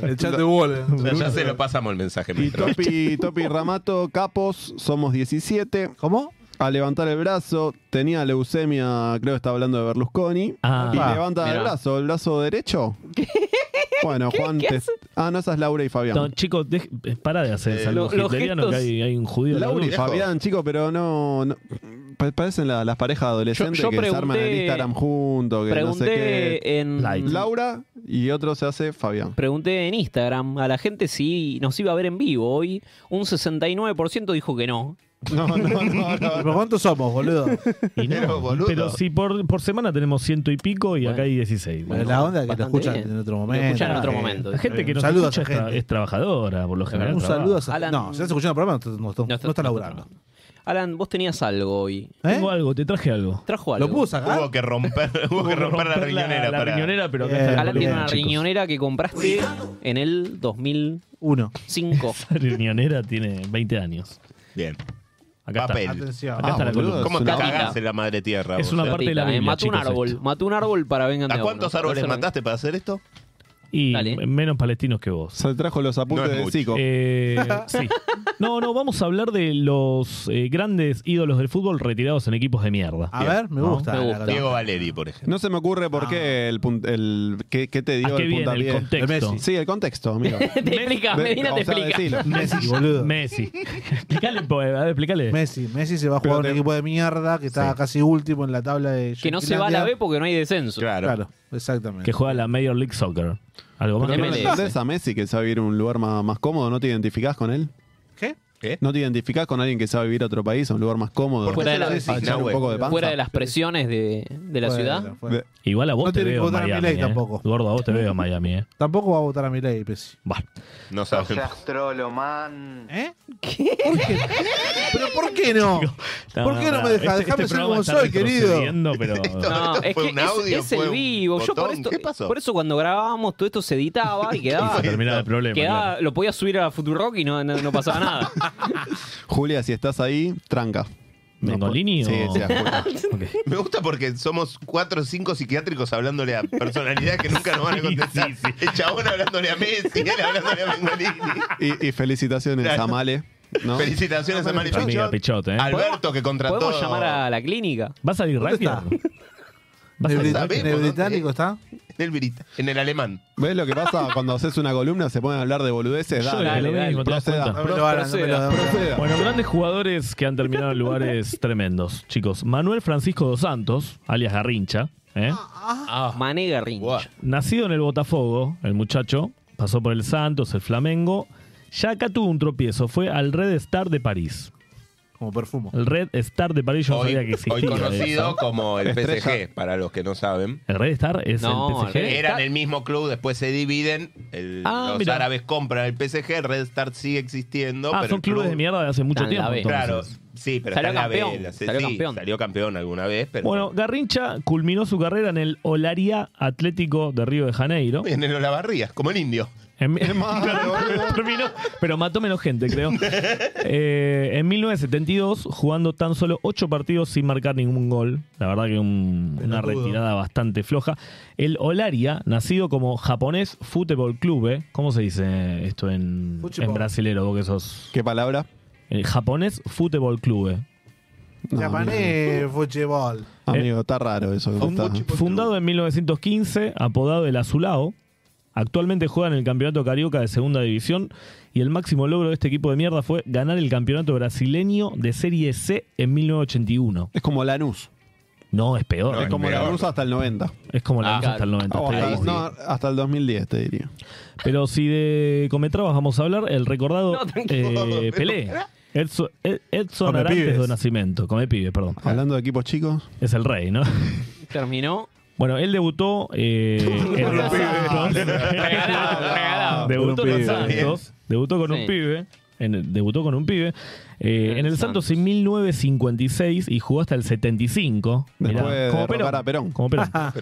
S3: El chat de ¿eh? bola.
S4: O sea, ya se lo pasamos el mensaje.
S5: Y
S4: maestro.
S5: Topi, Topi Ramato, Capos, somos 17.
S3: ¿Cómo?
S5: A levantar el brazo, tenía leucemia, creo que estaba hablando de Berlusconi.
S6: Ah.
S5: y
S6: Ah,
S5: levanta el
S6: mirá.
S5: brazo, el brazo derecho. Bueno, Juan. te- Ah, no, esa es Laura y Fabián.
S6: No, chicos, dej- eh, pará de hacer
S5: Eh,
S6: saludos
S5: lo- los
S6: hitlerianos que
S5: gestos-
S6: hay, hay un judío. en la
S5: Laura y
S6: luz.
S5: Fabián, chicos, pero no. no- pa- parecen la- las parejas adolescentes
S7: Yo- yo
S5: que se arman el
S7: pregunté-
S5: Instagram juntos. Que no sé
S7: pregunté
S5: qué.
S7: en- Light.
S5: Laura y otro se hace Fabián.
S7: Pregunté en Instagram a la gente si nos iba a ver en vivo hoy. Un 69% dijo que no.
S5: No, no, no.
S3: ¿Pero cuántos somos, boludo?
S6: Y no,
S4: Pero, boludo.
S6: pero si por, por semana tenemos ciento y pico y acá hay
S3: Pero
S6: 16. Bueno,
S3: la onda es que lo
S6: bastante
S3: escuchan
S6: bien.
S3: en otro
S6: Lo
S3: momento.
S6: escuchan en otro
S3: Eh,
S6: momento. La gente que nos
S3: Saludos
S6: escucha
S3: a
S6: es,
S3: esa
S6: tra-
S3: gente.
S6: es trabajadora, por lo general.
S3: Un
S6: trabaja.
S3: saludo a esa
S7: Alan-
S3: No, si estás escuchando el programa, no, no- no- no
S7: está-
S3: está laburando.
S7: Alan, vos tenías algo hoy.
S6: ¿Eh? Tengo algo, te traje algo.
S7: Trajo algo.
S4: Hubo que romper, hubo que romper la riñonera.
S6: la
S4: para-
S6: riñonera, pero acá
S3: Eh,
S4: Bien,
S6: está la
S7: Alan tiene una
S6: eh, chicos.
S7: riñonera que compraste en el 2001.
S6: Esa riñonera tiene 20 años.
S4: Bien.
S6: Acá
S4: Papel.
S6: está.
S4: Atención.
S6: Acá está la
S4: Ah, boludo,
S6: columna.
S4: ¿Cómo te cagás en la madre tierra?
S6: Es
S4: vos,
S6: una
S4: eh?
S6: parte de la
S7: Eh,
S6: Biblia,
S7: mató un
S6: chicos,
S7: árbol.
S6: esto.
S7: Mató un árbol para vengan
S4: ¿A
S7: de
S4: cuántos
S7: uno.
S4: árboles
S7: Eso no-
S4: mataste para hacer esto?
S6: Y menos palestinos que vos.
S5: Se trajo los apuntes de Zico.
S6: Eh, sí. No, no, vamos a hablar de los eh, grandes ídolos del fútbol retirados en equipos de mierda.
S5: A ver, me
S6: ¿No?
S5: gusta Me la gusta.
S4: Diego Valeri, por ejemplo.
S5: No se me ocurre por qué el, pun- el qué, qué te dio
S6: ¿A qué
S5: el
S6: viene el
S5: puntapié.
S6: contexto?
S5: Messi. Sí, el contexto, amigo.
S7: Te explica, Medina te
S5: o sea,
S7: explica.
S5: decilo.
S6: Messi, boludo. Messi. explícale, po, a ver, explícale.
S3: Messi, Messi se va a jugar a un equipo de mierda que está casi último en la tabla de.
S7: Que no se va a la B
S3: Finlandia.
S7: porque no hay descenso.
S3: Claro, exactamente.
S6: Que juega la Major League Soccer. Algo más.
S5: Pero
S6: que-
S5: ¿No entendés a Messi que sabe vivir en un lugar más, más cómodo? ¿No te identificás con él?
S3: ¿Qué?
S4: ¿Qué?
S5: ¿No te identificás con alguien que sabe vivir a otro país, a un lugar más cómodo?
S7: Fuera de, las,
S5: a echar un poco de panza.
S7: fuera de las presiones de, de la ciudad.
S3: fuera.
S6: Igual a vos
S3: No
S6: te
S3: tiene que
S6: veo en
S3: votar a
S6: Miami.
S3: Milei
S6: eh.
S3: tampoco.
S6: Gordo, a vos te veo en Miami, eh.
S3: Tampoco va a votar a Milei, Pesci.
S4: No
S13: O sea,
S4: sabemos.
S13: trolo, man.
S3: ¿Eh? ¿Por qué? ¿Pero por qué no? ¿Por qué no me dejas?
S6: Este-
S3: Dejame ser
S6: este programa
S3: como
S6: está
S3: soy, querido.
S6: retrocediendo, pero-
S7: No,
S4: ¿Esto
S7: es
S4: fue
S7: que
S4: un
S7: es-
S4: audio?
S7: es,
S4: ¿Fue
S7: el
S4: un
S7: vivo. Yo por
S4: botón?
S7: esto,
S4: ¿Qué pasó?
S7: por eso cuando grabábamos todo esto se editaba y quedaba.
S6: Se terminaba el problema,
S7: quedaba-
S6: claro.
S7: Lo podía subir a la Futurock y no, no- no pasaba nada.
S5: Julia, si estás ahí, tranca.
S6: ¿Mengolini
S5: Sí,
S6: o-
S5: sí, a Julia.
S4: Me gusta porque somos cuatro o cinco psiquiátricos hablándole a personalidades que nunca nos van a contestar. El chabón hablándole a Messi, él hablándole a Mengolini.
S5: y, y felicitaciones
S4: Claro.
S5: a Male. ¿no?
S4: Felicitaciones a Mari
S6: Nuestra amiga
S4: Pichot.
S6: Pichot, eh.
S4: Alberto que contrató.
S7: ¿Podemos llamar a la clínica?
S6: ¿Vas a ir rápido? ¿Vas a ir
S3: ¿El
S6: rápido?
S3: británico está?
S4: del Brita, en el alemán.
S5: ¿Ves lo que pasa cuando haces una columna? Se ponen a hablar de boludeces.
S6: Yo
S5: Dale,
S6: era lo mismo, te das
S5: proceda.
S6: cuenta.
S5: Pro- proceda, proceda.
S6: Bueno, grandes jugadores que han terminado en lugares tremendos, chicos. Manuel Francisco dos Santos, alias Garrincha. ¿eh?
S7: Mané Garrincha.
S6: Nacido en el Botafogo, el muchacho pasó por el Santos, el Flamengo. Ya acá tuvo un tropiezo, fue al Red Star de París.
S3: Como perfumo.
S6: El Red Star de París, yo no
S4: Hoy,
S6: sabía que existía.
S4: hoy conocido
S6: eso.
S4: como el
S6: Estrella.
S4: PSG, para los que no saben.
S6: El Red Star es el PSG.
S4: Eran el mismo club, después se dividen. el-
S6: Ah,
S4: los
S6: mirá.
S4: árabes compran el PSG, el Red Star sigue existiendo.
S6: Ah,
S4: pero
S6: son
S4: el
S6: clubes
S4: club-
S6: de mierda de hace mucho tiempo.
S4: Claro,
S6: entonces.
S4: sí, pero
S6: Salió
S4: está en la B,
S6: campeón,
S4: la C-
S6: salió
S4: sí,
S6: campeón.
S4: salió campeón alguna vez, pero
S6: Bueno, Garrincha culminó su carrera en el Olaria Atlético de Río de Janeiro.
S4: en el Olavarrías, como el indio.
S6: En- terminó, pero mató menos gente, creo. Eh, en 1972, jugando tan solo 8 partidos sin marcar ningún gol. La verdad que un- una retirada bastante floja. El Olaria, nacido como japonés Futebol Club, ¿eh? ¿cómo se dice esto en, en brasilero? Vos que sos...
S5: ¿Qué palabra?
S6: El japonés Futebol Club. ¿eh?
S3: Japané, fútbol.
S5: Amigo, está raro eso. que está-
S6: Fundado en 1915, apodado el Azulao. Actualmente juega en el Campeonato Carioca de Segunda División y el máximo logro de este equipo de mierda fue ganar el Campeonato Brasileño de Serie C en 1981.
S5: Es como Lanús.
S6: No, es peor.
S5: es como la luz hasta el 90.
S6: Es como la luz hasta el 90.
S5: O
S6: estoy
S5: hasta,
S6: de
S5: no,
S6: acuerdo.
S5: hasta el 2010, te diría.
S6: Pero si de Cometrabas vamos a hablar, el recordado eh, Pelé. Edson, Ed- Edson
S5: Come
S6: Arantes
S5: pibes.
S6: de Nacimiento. Come pibe, perdón.
S5: Hablando de equipos chicos.
S6: Es el rey, ¿no?
S7: Terminó.
S6: Bueno, él debutó eh, en
S7: Con un pibe.
S6: Santos.
S7: Regalado.
S6: Debutó
S7: Con un
S6: en
S7: pibe.
S6: Santos. Debutó con un
S7: Sí.
S6: pibe. En el- debutó con un pibe. eh, en el Santos en 1956 y jugó hasta el 75.
S5: Después
S6: Mirá,
S5: de
S6: como
S5: derrocar a Perón.
S6: Como Perón.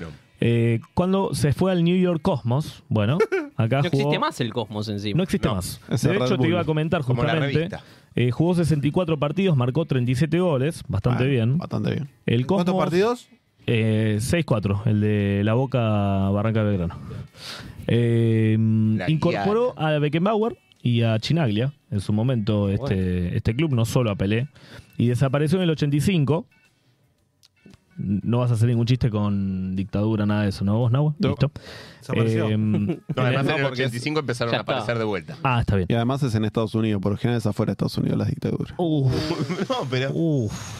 S6: Eh, cuando se fue al New York Cosmos, bueno, acá
S7: No
S6: jugó.
S7: existe más el cosmos encima.
S6: No existe más.
S7: Es
S6: De
S7: el Red
S6: hecho, te
S7: Bull.
S6: iba a comentar
S7: Como la
S6: justamente.
S7: revista.
S6: eh, jugó 64 partidos, marcó 37 goles. Bastante bien.
S5: Bastante bien.
S6: El Cosmos,
S3: ¿Cuántos partidos?
S6: Eh, 6-4, el de La Boca Barranca Belgrano. Eh, incorporó a Beckenbauer y a Chinaglia en su momento este, este club, no solo a Pelé. Y desapareció en el 85. No vas a hacer ningún chiste con dictadura, nada de eso, ¿no? ¿Vos, Nahua? Listo.
S4: Desapareció.
S6: Eh,
S4: No, además
S5: No,
S4: en el
S5: porque es-
S4: 85 empezaron
S5: Ya
S4: a
S5: está.
S4: aparecer de vuelta.
S6: Ah, está bien.
S5: Y además es en Estados Unidos, por lo general es afuera de Estados Unidos las dictaduras.
S4: no, pero.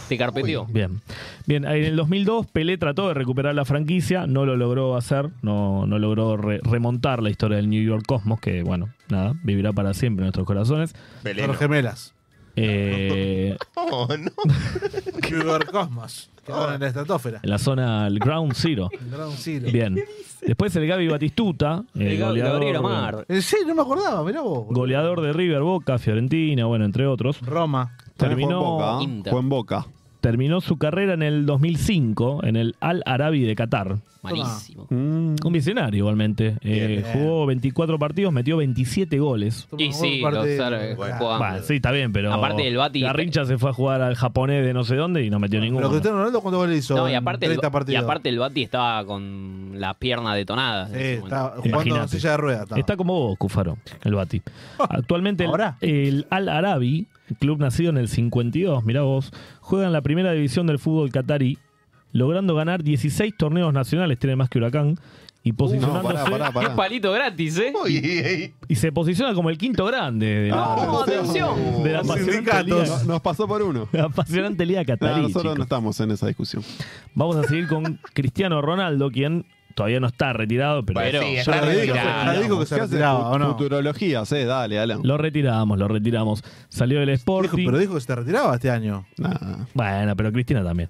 S7: Te carpeteó.
S6: Bien. Bien, en el 2002 Pelé trató de recuperar la franquicia, no lo logró hacer, no, no logró re- remontar la historia del New York Cosmos, que bueno, nada, vivirá para siempre en nuestros corazones.
S4: Pelé.
S3: Los gemelas.
S6: Eh,
S4: Oh, no.
S3: Igor Cosmos. Quedaron en la estratosfera.
S6: en la zona, el Ground Zero.
S3: Entraron Ciro.
S6: Bien. Después el Gaby Batistuta, el
S3: El Gaby
S6: goleador,
S3: Gabriel Omar. En serio, Eh, no me acordaba, mirá vos.
S6: goleador de River Boca, Fiorentina, bueno, entre otros.
S3: Roma.
S5: También
S6: Terminó-
S5: Fue en Boca. ¿eh?
S6: Inter.
S5: Fue en Boca.
S6: Terminó su carrera en el 2005 en el Al Arabi de Qatar.
S7: Malísimo.
S5: Uh,
S6: Un visionario igualmente. Eh,
S7: Bien.
S6: Jugó 24 partidos, metió 27 goles.
S7: Y sí,
S6: Aparte-
S7: los árabes jugaban.
S6: Bah, sí, está bien, pero.
S7: Aparte del Bati-
S6: Garrincha se fue a jugar al japonés de no sé dónde y no metió ninguno.
S3: Pero Cristiano Ronaldo, ¿cuántos goles hizo?
S7: No, y
S3: en
S7: aparte, el,
S3: 30
S7: y
S3: partidos.
S7: aparte el Bati estaba con las piernas detonadas. en
S3: Sí,
S7: ese momento.
S3: estaba jugando en
S6: Imagínate.
S3: silla de ruedas. estaba.
S6: Está como vos, Cufaro, el Bati. Actualmente el- el Al Arabi, club nacido en el 52, mirá vos, juega en la primera división del fútbol catarí, logrando ganar 16 torneos nacionales, tiene más que Huracán, y posicionándose...
S7: Qué palito gratis, ¿eh?
S6: Y se posiciona como el quinto grande de la,
S7: No, atención.
S6: de la apasionante, liga,
S5: Nos pasó por uno.
S6: la apasionante liga
S5: No,
S6: catarí.
S5: nosotros
S6: chicos.
S5: no estamos en esa discusión.
S6: Vamos a seguir con Cristiano Ronaldo, quien todavía no está retirado, pero...
S5: Bueno, sí, está
S6: Ya lo dijo,
S5: retirado.
S6: ya dijo
S5: ¿Qué hace? Fu- Futurologías, eh, dale, Alan.
S6: Lo retiramos, lo retiramos. Salió del Sporting.
S3: pero dijo que se retiraba este año.
S6: Bueno, pero Cristina también.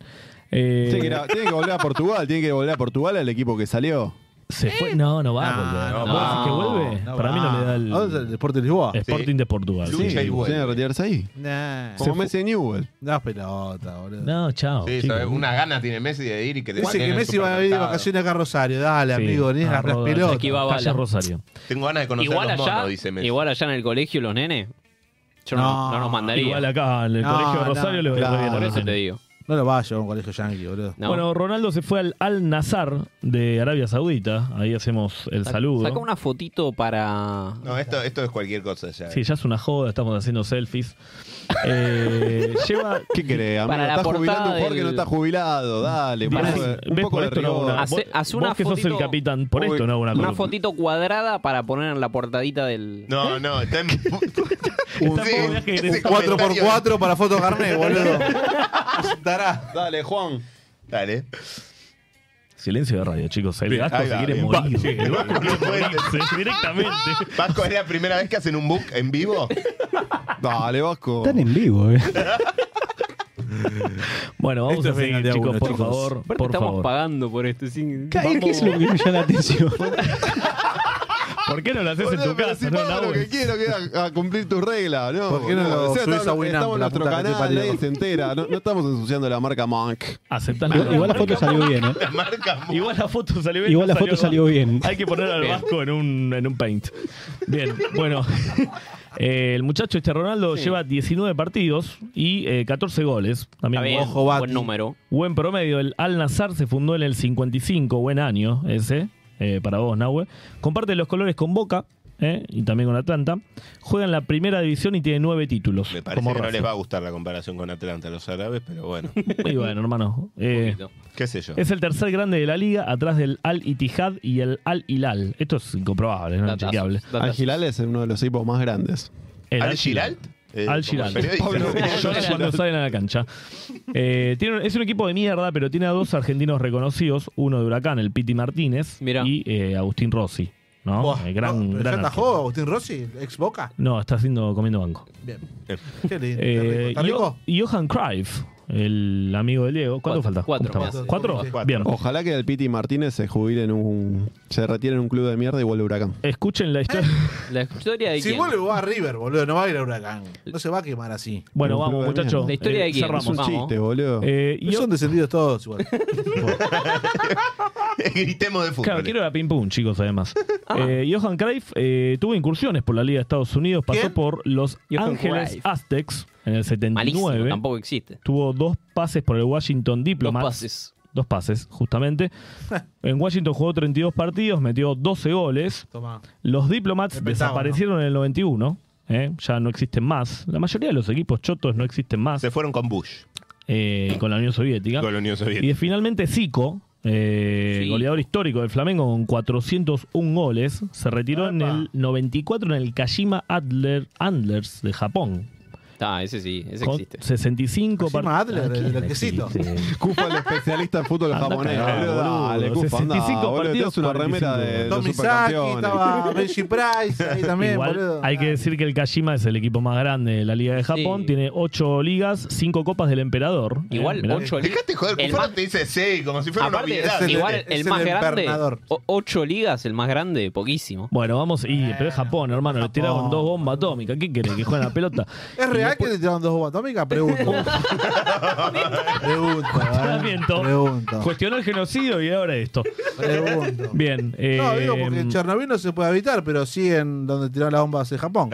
S6: Eh,
S5: Tiene que, ir a- tiene que volver a Portugal, tiene que volver a Portugal al equipo que salió.
S6: ¿Se fue? No, no va a volver.
S5: no
S6: ¿Vos
S5: va.
S6: decís que vuelve?
S5: No
S6: Eh, Para mí no
S5: va.
S6: le da el... Eh.
S5: ¿Dónde
S3: Ah, el Sporting de Lisboa?
S6: Sporting
S5: Sí.
S6: de Portugal.
S5: Sí,
S6: sí.
S5: tiene que retirarse ahí.
S3: Nah.
S5: Como Messi en Newell.
S3: No, pelota, boludo.
S6: No, chao.
S4: Sí,
S3: chicos.
S4: ¿sabes? una gana tiene Messi de ir y que te
S3: Dice
S4: maten
S3: que
S4: en el
S3: Messi va a ir de
S4: supermercado.
S3: vacaciones acá a Rosario. Dale,
S6: Sí.
S3: amigo, ni
S6: Ah,
S3: las, las
S6: Roda,
S3: pelotas.
S6: aquí va Calle bala. Rosario.
S4: Tengo ganas de conocer
S7: Igual
S4: los
S7: allá,
S4: monos, dice Messi.
S7: igual allá en el colegio los nenes. Yo no, no nos mandaría.
S6: Igual acá en el
S7: No,
S6: colegio de Rosario
S7: no,
S6: le va a ir
S7: claro.
S6: bien a
S7: Por
S6: los
S7: eso te
S6: nenes.
S7: digo.
S3: No lo vaya a un colegio yanqui, boludo.
S6: Bueno, Ronaldo se fue al Al Nazar de Arabia Saudita. Ahí hacemos el saludo.
S7: Saca una fotito para.
S4: No, esto, esto es cualquier cosa ya.
S6: Sí, ya es una joda, estamos haciendo selfies. Eh, lleva.
S5: ¿Qué querés, amigo? Para la Estás jubilando portada un jugador que del- no está jubilado, dale,
S6: Diez-
S5: pará, un
S6: ¿Ves
S5: poco
S6: por
S5: de
S6: esto no hago
S5: rigor.
S6: una
S5: Hace-
S6: vos-
S7: hace
S6: vos
S7: una
S6: que sos el
S7: fotito-
S6: capitán, por esto no hago una
S7: Una
S6: columna.
S7: fotito cuadrada para poner en la portadita del.
S4: No, no, está en.
S3: Un,
S7: como
S3: un-
S7: viaje
S3: un
S7: egresado.
S3: 4x4 para foto carnet, boludo.
S5: Dará. Dale, Juan.
S4: Dale.
S6: Silencio de radio, chicos. El
S4: Bien,
S6: Vasco
S4: ahí
S6: se
S4: va,
S6: quiere
S4: bien.
S6: morir.
S4: Va- sí,
S6: El Vasco quiere morirse directamente.
S4: Vasco, ¿es la primera vez que hacen un book en vivo?
S5: Dale, Vasco.
S1: Están en vivo, eh.
S6: Bueno, vamos
S1: Esto
S6: a
S1: es
S6: seguir,
S1: Vengan de a
S6: chicos,
S1: uno,
S6: por
S1: chicos.
S6: favor.
S1: Aparte
S6: Por
S1: estamos
S6: favor.
S7: pagando por esto. Sin...
S1: ¿Qué qué es lo que me llama la atención?
S6: ¿Por qué no lo haces en
S5: Boludo,
S6: tu
S5: pero
S6: casa?
S5: si
S6: no,
S5: pago lo
S6: Nahuel?
S5: que quiero, que
S4: ah,
S5: era a cumplir tus reglas, ¿no?
S3: ¿Por qué no
S5: boludo?
S3: lo
S5: O sea,
S3: subís
S5: estamos-
S3: a Winamp,
S5: Estamos en
S3: la
S5: nuestro
S3: puta que te
S5: canal,
S3: parió?
S5: nadie se entera. No, no estamos ensuciando la marca Monk.
S6: Aceptás
S1: la- Igual la foto salió bien, ¿eh?
S4: La marca Monk.
S6: Igual la foto salió bien.
S1: Igual
S6: no
S1: la foto salió bien.
S6: Hay que poner al
S1: Bien.
S6: Vasco en un, en un paint. Bien, bueno. Eh, el muchacho este Ronaldo lleva 19 partidos y eh, 14 goles. También
S7: Está bien,
S6: buen-
S7: Ojo, Bati. buen número.
S6: Buen promedio. El Al Nazar se fundó en el 55, buen año ese, eh, para vos, Nahue. Comparte los colores con Boca eh, y también con Atlanta. Juega en la primera división y tiene 9 títulos.
S4: Me parece
S6: como
S4: que no
S6: Racing.
S4: les va a gustar la comparación con Atlanta, los árabes, pero bueno.
S6: Muy bueno, hermano. Eh,
S4: ¿Qué sé yo?
S6: es el tercer grande de la liga, atrás del Al Ittihad y el Al Hilal. Esto es incomprobable, no inchequeable.
S5: Al Gilal es uno de los equipos más grandes.
S6: El Al Al Gilal?
S4: Eh, como
S6: Al Giral.
S4: el periodista,
S6: Pablo,
S4: ¿no?
S6: yo no sé cuando salen a la cancha. Eh, tiene- es un equipo de mierda, pero tiene a dos argentinos reconocidos: uno de Huracán, el Piti Martínez, y eh, Agustín Rossi. ¿no? Eh, gran,
S3: ¿Pero
S6: gran
S3: ya atajó Agustín Rossi, ex Boca?
S6: No, está haciendo comiendo banco.
S3: Bien. Qué lindo.
S6: Eh,
S3: ¿Está rico?
S6: y Johan Cruyff, el amigo de Diego. ¿Cuánto falta?
S5: cuatro
S6: ¿Cuánto
S5: me
S6: está?
S5: hace.
S6: ¿Cuatro? Bien.
S5: Ojalá que el Piti Martínez se jubile en un. se retire en un club de mierda y vuelva a huracán.
S6: Escuchen la historia.
S7: La historia de
S3: Si
S7: quién?
S3: vuelve va a River, boludo, no va a ir a Huracán. No se va a quemar así.
S6: Bueno, vamos, muchachos. Eh,
S7: La historia de quién,
S6: cerramos.
S7: es un Vamos. chiste,
S5: boludo.
S6: Eh,
S3: No son descendidos todos igual.
S4: Gritemos de fútbol. Ah.
S6: Claro, quiero la ping pong, chicos, además. Eh, Johan Cruyff eh, tuvo incursiones por la Liga de Estados Unidos, pasó por los
S7: Johan
S6: Ángeles
S7: Cruyff.
S6: Aztecs en el 79.
S7: Malísimo, tampoco existe.
S6: Tuvo dos pases por el Washington Diplomats.
S7: Dos pases.
S6: Dos pases, justamente. en Washington jugó 32 partidos, metió 12 goles.
S3: Tomá.
S6: Los Diplomats
S3: Empezamos,
S6: desaparecieron en el 91. ¿eh? Ya no existen más. La mayoría de los equipos chotos no existen más. Se
S4: fueron con Bush.
S6: con la Unión Soviética.
S4: Con la Unión Soviética.
S6: Y de- finalmente Zico, eh, goleador histórico del Flamengo con 401 goles, se retiró en el 94 en el Kashima Adler, Antlers de Japón.
S7: Ah, ese sí, ese
S6: Con
S7: existe.
S6: 65
S7: Kashima
S6: partidos.
S7: Adler, el quesito.
S5: Cufa el especialista en fútbol
S6: Anda a
S5: japonés.
S6: cagar,
S5: boludo,
S6: boludo.
S5: dale, Cufa, anda,
S6: 65
S5: boludo, te
S6: partidos,
S5: hace una remera de, de
S6: 45.
S3: Tommy Saki,
S5: supercampeones.
S3: estaba Benji Price ahí también,
S6: Igual,
S3: boludo.
S6: hay que decir que el Kashima es el equipo más grande de la Liga de Japón. Tiene 8 ligas, 5 copas del emperador. Eh, mirá.
S4: Dejate joder,
S7: El
S4: Cufaro
S7: más-
S4: te dice sí, como si fuera
S7: Aparte,
S4: una obviedad.
S7: igual el, más grande, o- ocho ligas, el más grande, poquísimo.
S6: Bueno, vamos. Y,
S7: Eh.
S6: pero es Japón, hermano. Le tiraron dos bombas atómicas. ¿Qué querés? Que juegue la pelota.
S3: ¿Es real que le tiraron dos bombas atómicas? Pregunto. Pregunto. eh.
S6: Cuestionamiento.
S3: Pregunto.
S6: Cuestionó el genocidio y ahora esto.
S3: Pregunto.
S6: Pues- Bien.
S3: No, digo
S6: eh,
S3: porque en Chernobyl no se puede habitar, pero sí en donde tiraron las bombas en Japón.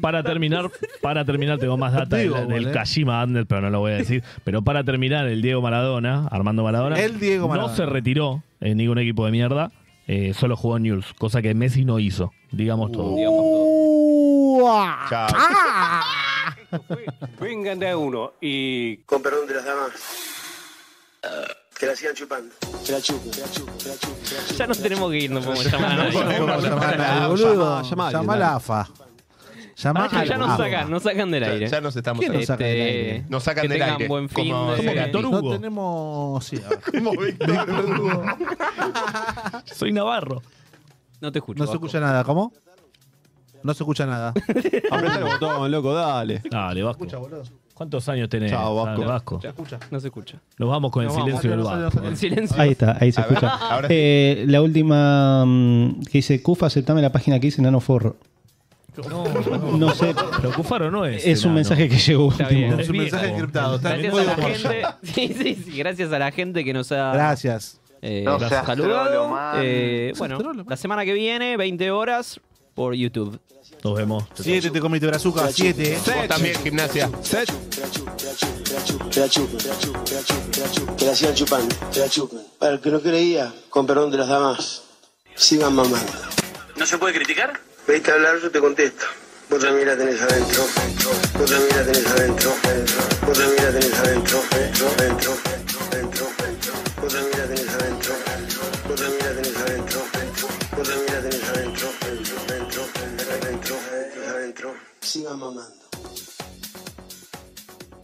S6: Para terminar, para terminar tengo más data
S3: Digo,
S6: del, del
S3: boludo.
S6: Kashima Under, pero no lo voy a decir. Pero para terminar, el Diego Maradona, Armando Maradona,
S3: El Diego Maradona.
S6: no se retiró en ningún equipo de mierda, eh, solo jugó en News, cosa que Messi no hizo, digamos
S3: Uh.
S6: todo.
S3: Uah.
S6: Chao.
S5: Ah.
S19: Vengan de a uno y. Con perdón de las damas. Que la sigan chupando. Que la chupen, que la chupen, que la chupen. que la chupen.
S7: Ya nos tenemos que ir, no podemos llamar a
S3: No
S7: nadie.
S3: podemos llamar a nadie,
S5: Llamá,
S3: boludo.
S5: llamá a alguien,
S3: Llama a la AFA. Llama
S7: Ah, ya,
S3: a la
S7: ya nos
S3: AFA.
S7: sacan, nos sacan del
S4: Ya-
S7: aire. este?
S4: ya nos estamos
S3: ¿Quién nos saca del aire?
S4: Nos sacan
S7: que
S4: del
S7: tengan
S4: aire,
S7: buen fin
S4: como-
S7: de-
S4: como Víctor
S3: No tenemos. sí, a ver.
S6: Soy Navarro.
S7: No te escucho.
S3: No se escucha nada, ¿cómo? No se escucha nada.
S5: Apretá el botón, loco, dale.
S7: Ah,
S6: Dale, Vasco. ¿Cuántos años tenés?
S5: Chao, Vasco.
S6: Dale, Vasco.
S7: No se escucha.
S6: Nos vamos con
S7: Nos
S6: el
S7: vamos.
S6: silencio del
S7: Salió,
S6: Vasco.
S7: salió, El silencio.
S1: Ahí está, ahí se
S7: A ver,
S1: escucha.
S7: ahora sí.
S1: Eh, la última mm, que dice Cufa, aceptame la página que dice Nano Forro. No sé.
S6: Pero Cufaro no es.
S1: Es un
S6: enano.
S1: mensaje que llegó
S7: Está
S1: último.
S7: bien.
S1: Es un mensaje encriptado, está en
S7: gracias a
S1: modo
S7: la gente.
S1: WhatsApp.
S7: Sí, sí, sí, gracias a la gente que nos ha.
S1: Gracias.
S7: eh,
S1: No
S7: nos
S1: seas
S7: saludado.
S1: trolo, man.
S7: Eh,
S1: No seas
S7: bueno,
S1: trolo,
S7: la semana que viene, 20 horas por YouTube.
S6: Nos vemos.
S3: Siete te comiste brazuca, siete. ¿eh?
S20: Vos también, gimnasia.
S3: Set.
S9: Te la chupo, te la chupo, te la chupo, te la chupo. Te la sigan chupando, te la chupo. Para el que no creía, con perdón de las damas, sigan mamando.
S15: ¿No se puede criticar?
S9: Viste a hablar, yo te contesto. Vos también la tenés adentro.